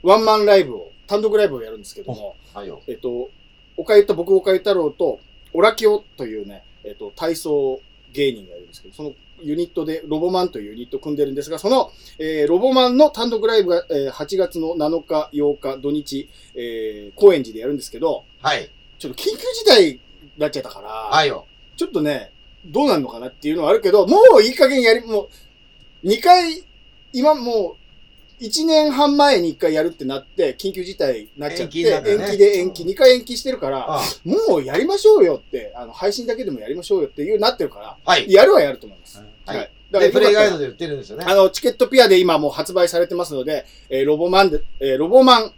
ワンマンライブを、単独ライブをやるんですけども、はいよ。えっ、と、おかゆと僕、おかゆ太郎と、オラキオというね、えっ、と、体操芸人がいるんですけど、そのユニットで、ロボマンというユニットを組んでるんですが、その、えーロボマンの単独ライブが、えー8月の7日、8日、土日、えー高円寺でやるんですけど、はい。ちょっと緊急事態になっちゃったから、はいよ。ちょっとね、どうなるのかなっていうのはあるけど、もういい加減やり、もう、2回、今もう、1年半前に1回やるってなって、緊急事態になっちゃって、延期にな延ったね期,、で延期、2回延期してるから、あもうやりましょうよって、あの、配信だけでもやりましょうよっていうなってるから、はい。やるはやると思います。はいだからで、よプかったレらイガイドで売ってるんですよね。あの、チケットピアで今もう発売されてますので、えーロボマンで、えーロボマン、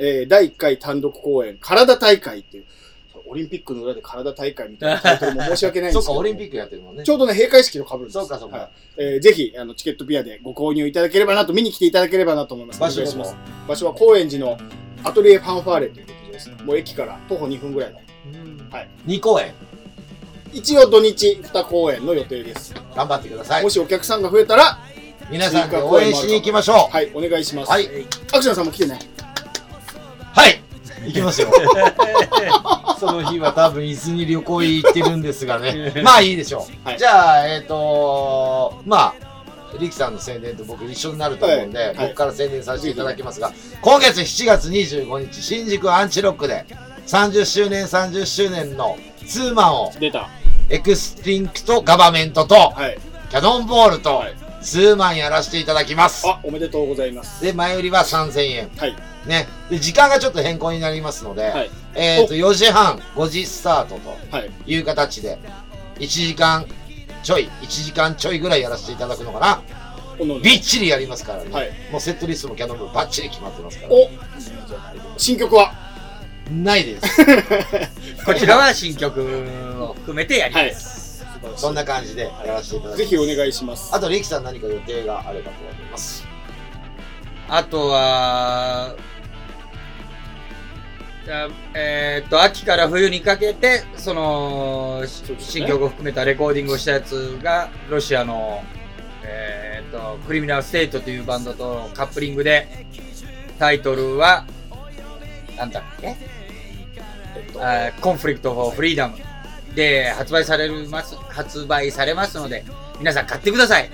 えー第1回単独公演、体大会っていう、オリンピックの裏で体大会みたいなタイトルも申し訳ないんそでっすか、けど。オリンピックやってるもんね。ちょうどね、閉会式の被るんです。そうかそうかはいえーぜひ、あの、チケットピアでご購入いただければなと、見に来ていただければなと思います。場所お願いでしもます。場所は高円寺のアトリエファンファーレということです。もう駅から徒歩2分ぐらいの。 2公演、一応土日2公演の予定です。頑張ってくださいも。しお客さんが増えたら、皆さんで応援しに行きましょはい、お願いします。う。はい。。アクションさんも来てね。はい。行き ますよ。その日は多分伊豆に旅行行ってるんですが ね。まあいいでしょう。はいじゃあ、えっ、とまあ、リキさんの宣伝と僕一緒になると思うんで、はいはい僕から宣伝させていただきますが、今月7月25日、新宿アンチロックで30周年30周年のツーマンを出た。エクスティンクトガバメントとはい。キャノンボールとはいツーマンやらせていただきます。あ、おめでとうございます。で、前売りは3000円。はい。ね。で、時間がちょっと変更になりますので、はいえっ、と、4時半、5時スタートとはい。いう形で、1時間ちょい、1時間ちょいぐらいやらせていただくのかな。おのおのびっちりやりますからね。はいもうセットリストもキャノンボールバッチリ決まってますから。お新 曲はない です。こちらは新曲を含めてやります。い。そんな感じでやらせていただきます。ぜひお願い。いします。あと、リキさん何か予定があればと思います。あとは、じゃあえーっと、秋から冬にかけて、その、しそうですね新曲を含めたレコーディングをしたやつが、ロシアの、えーっと、クリミナルステートというバンドとカップリングで、タイトルは、なんだっけコンフリクト・フォー・フリーダムで発売されるます、発売されますので、皆さん買ってください。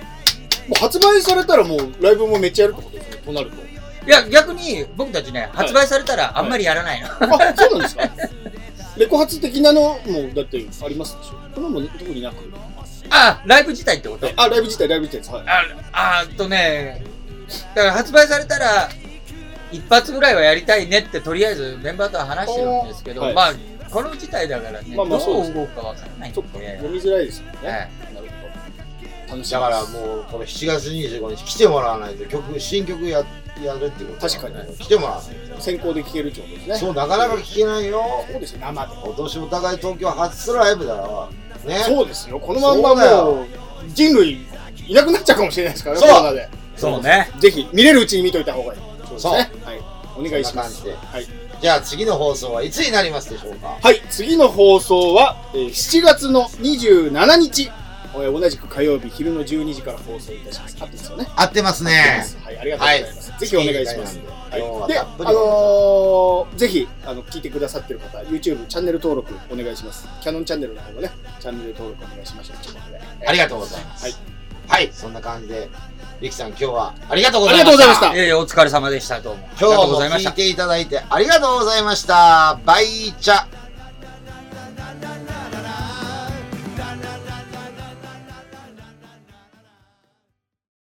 もう発売されたらもうライブもめっちゃやるってことですね。とな ると。いや、逆に僕たちね、発売されたらあんまりやらないの。あ、そうなんですか。レコ発的なのもだってありますでしょ。このも特になく。あ、ライブ自体ってことあ、ライブ自体、ライブ自体です。はい。あ、あーっとね、だから発売されたら、一発ぐらいはやりたいねって、とりあえずメンバーとは話してるんですけど、はいまあ、この事態だからね、まあまあどう動くかわからないんでそっか、読みづらいですよね。はいなるほど。楽しみですだからもう、この7月25日来てもらわないと曲、新曲ややるってこと確かに。に来てもらわないと。先行で聴けるってことですね。そう、なかなか聞けないよ。そうですよ、生で。今年お互い東京初ライブだよ。ね。そうですよ、このまんまそうだもよう人類いなくなっちゃうかもしれないですからね、そうコロナで。そうね。ぜひ、見れるうちに見といた方がいい。そうですそうね。はい。お願いしまそす。んなはい。じゃあ次の放送はいつになりますでしょうかはい、次の放送は、えー7月の27日、えー同じく火曜日昼の12時から放送いたします。あってですよね。合ってますね。はい、ありがとうございます。ぜひお願いします。はいは今い、日で、はあたっぷりのーぜひ、あの、聞いてくださってる方、YouTube チャンネル登録お願いします。キャノンチャンネルの方もね、チャンネル登録お願いしましょう。ということでありがとうございます。はい。はい。そんな感じで、リキさん今日はありがとうごあざりいがとまうごしざいた。ました。えーお疲れ様でした、どうも。ありが今日とうごもざいまし聞たい。ていただいてありがとうございました。バイチャ。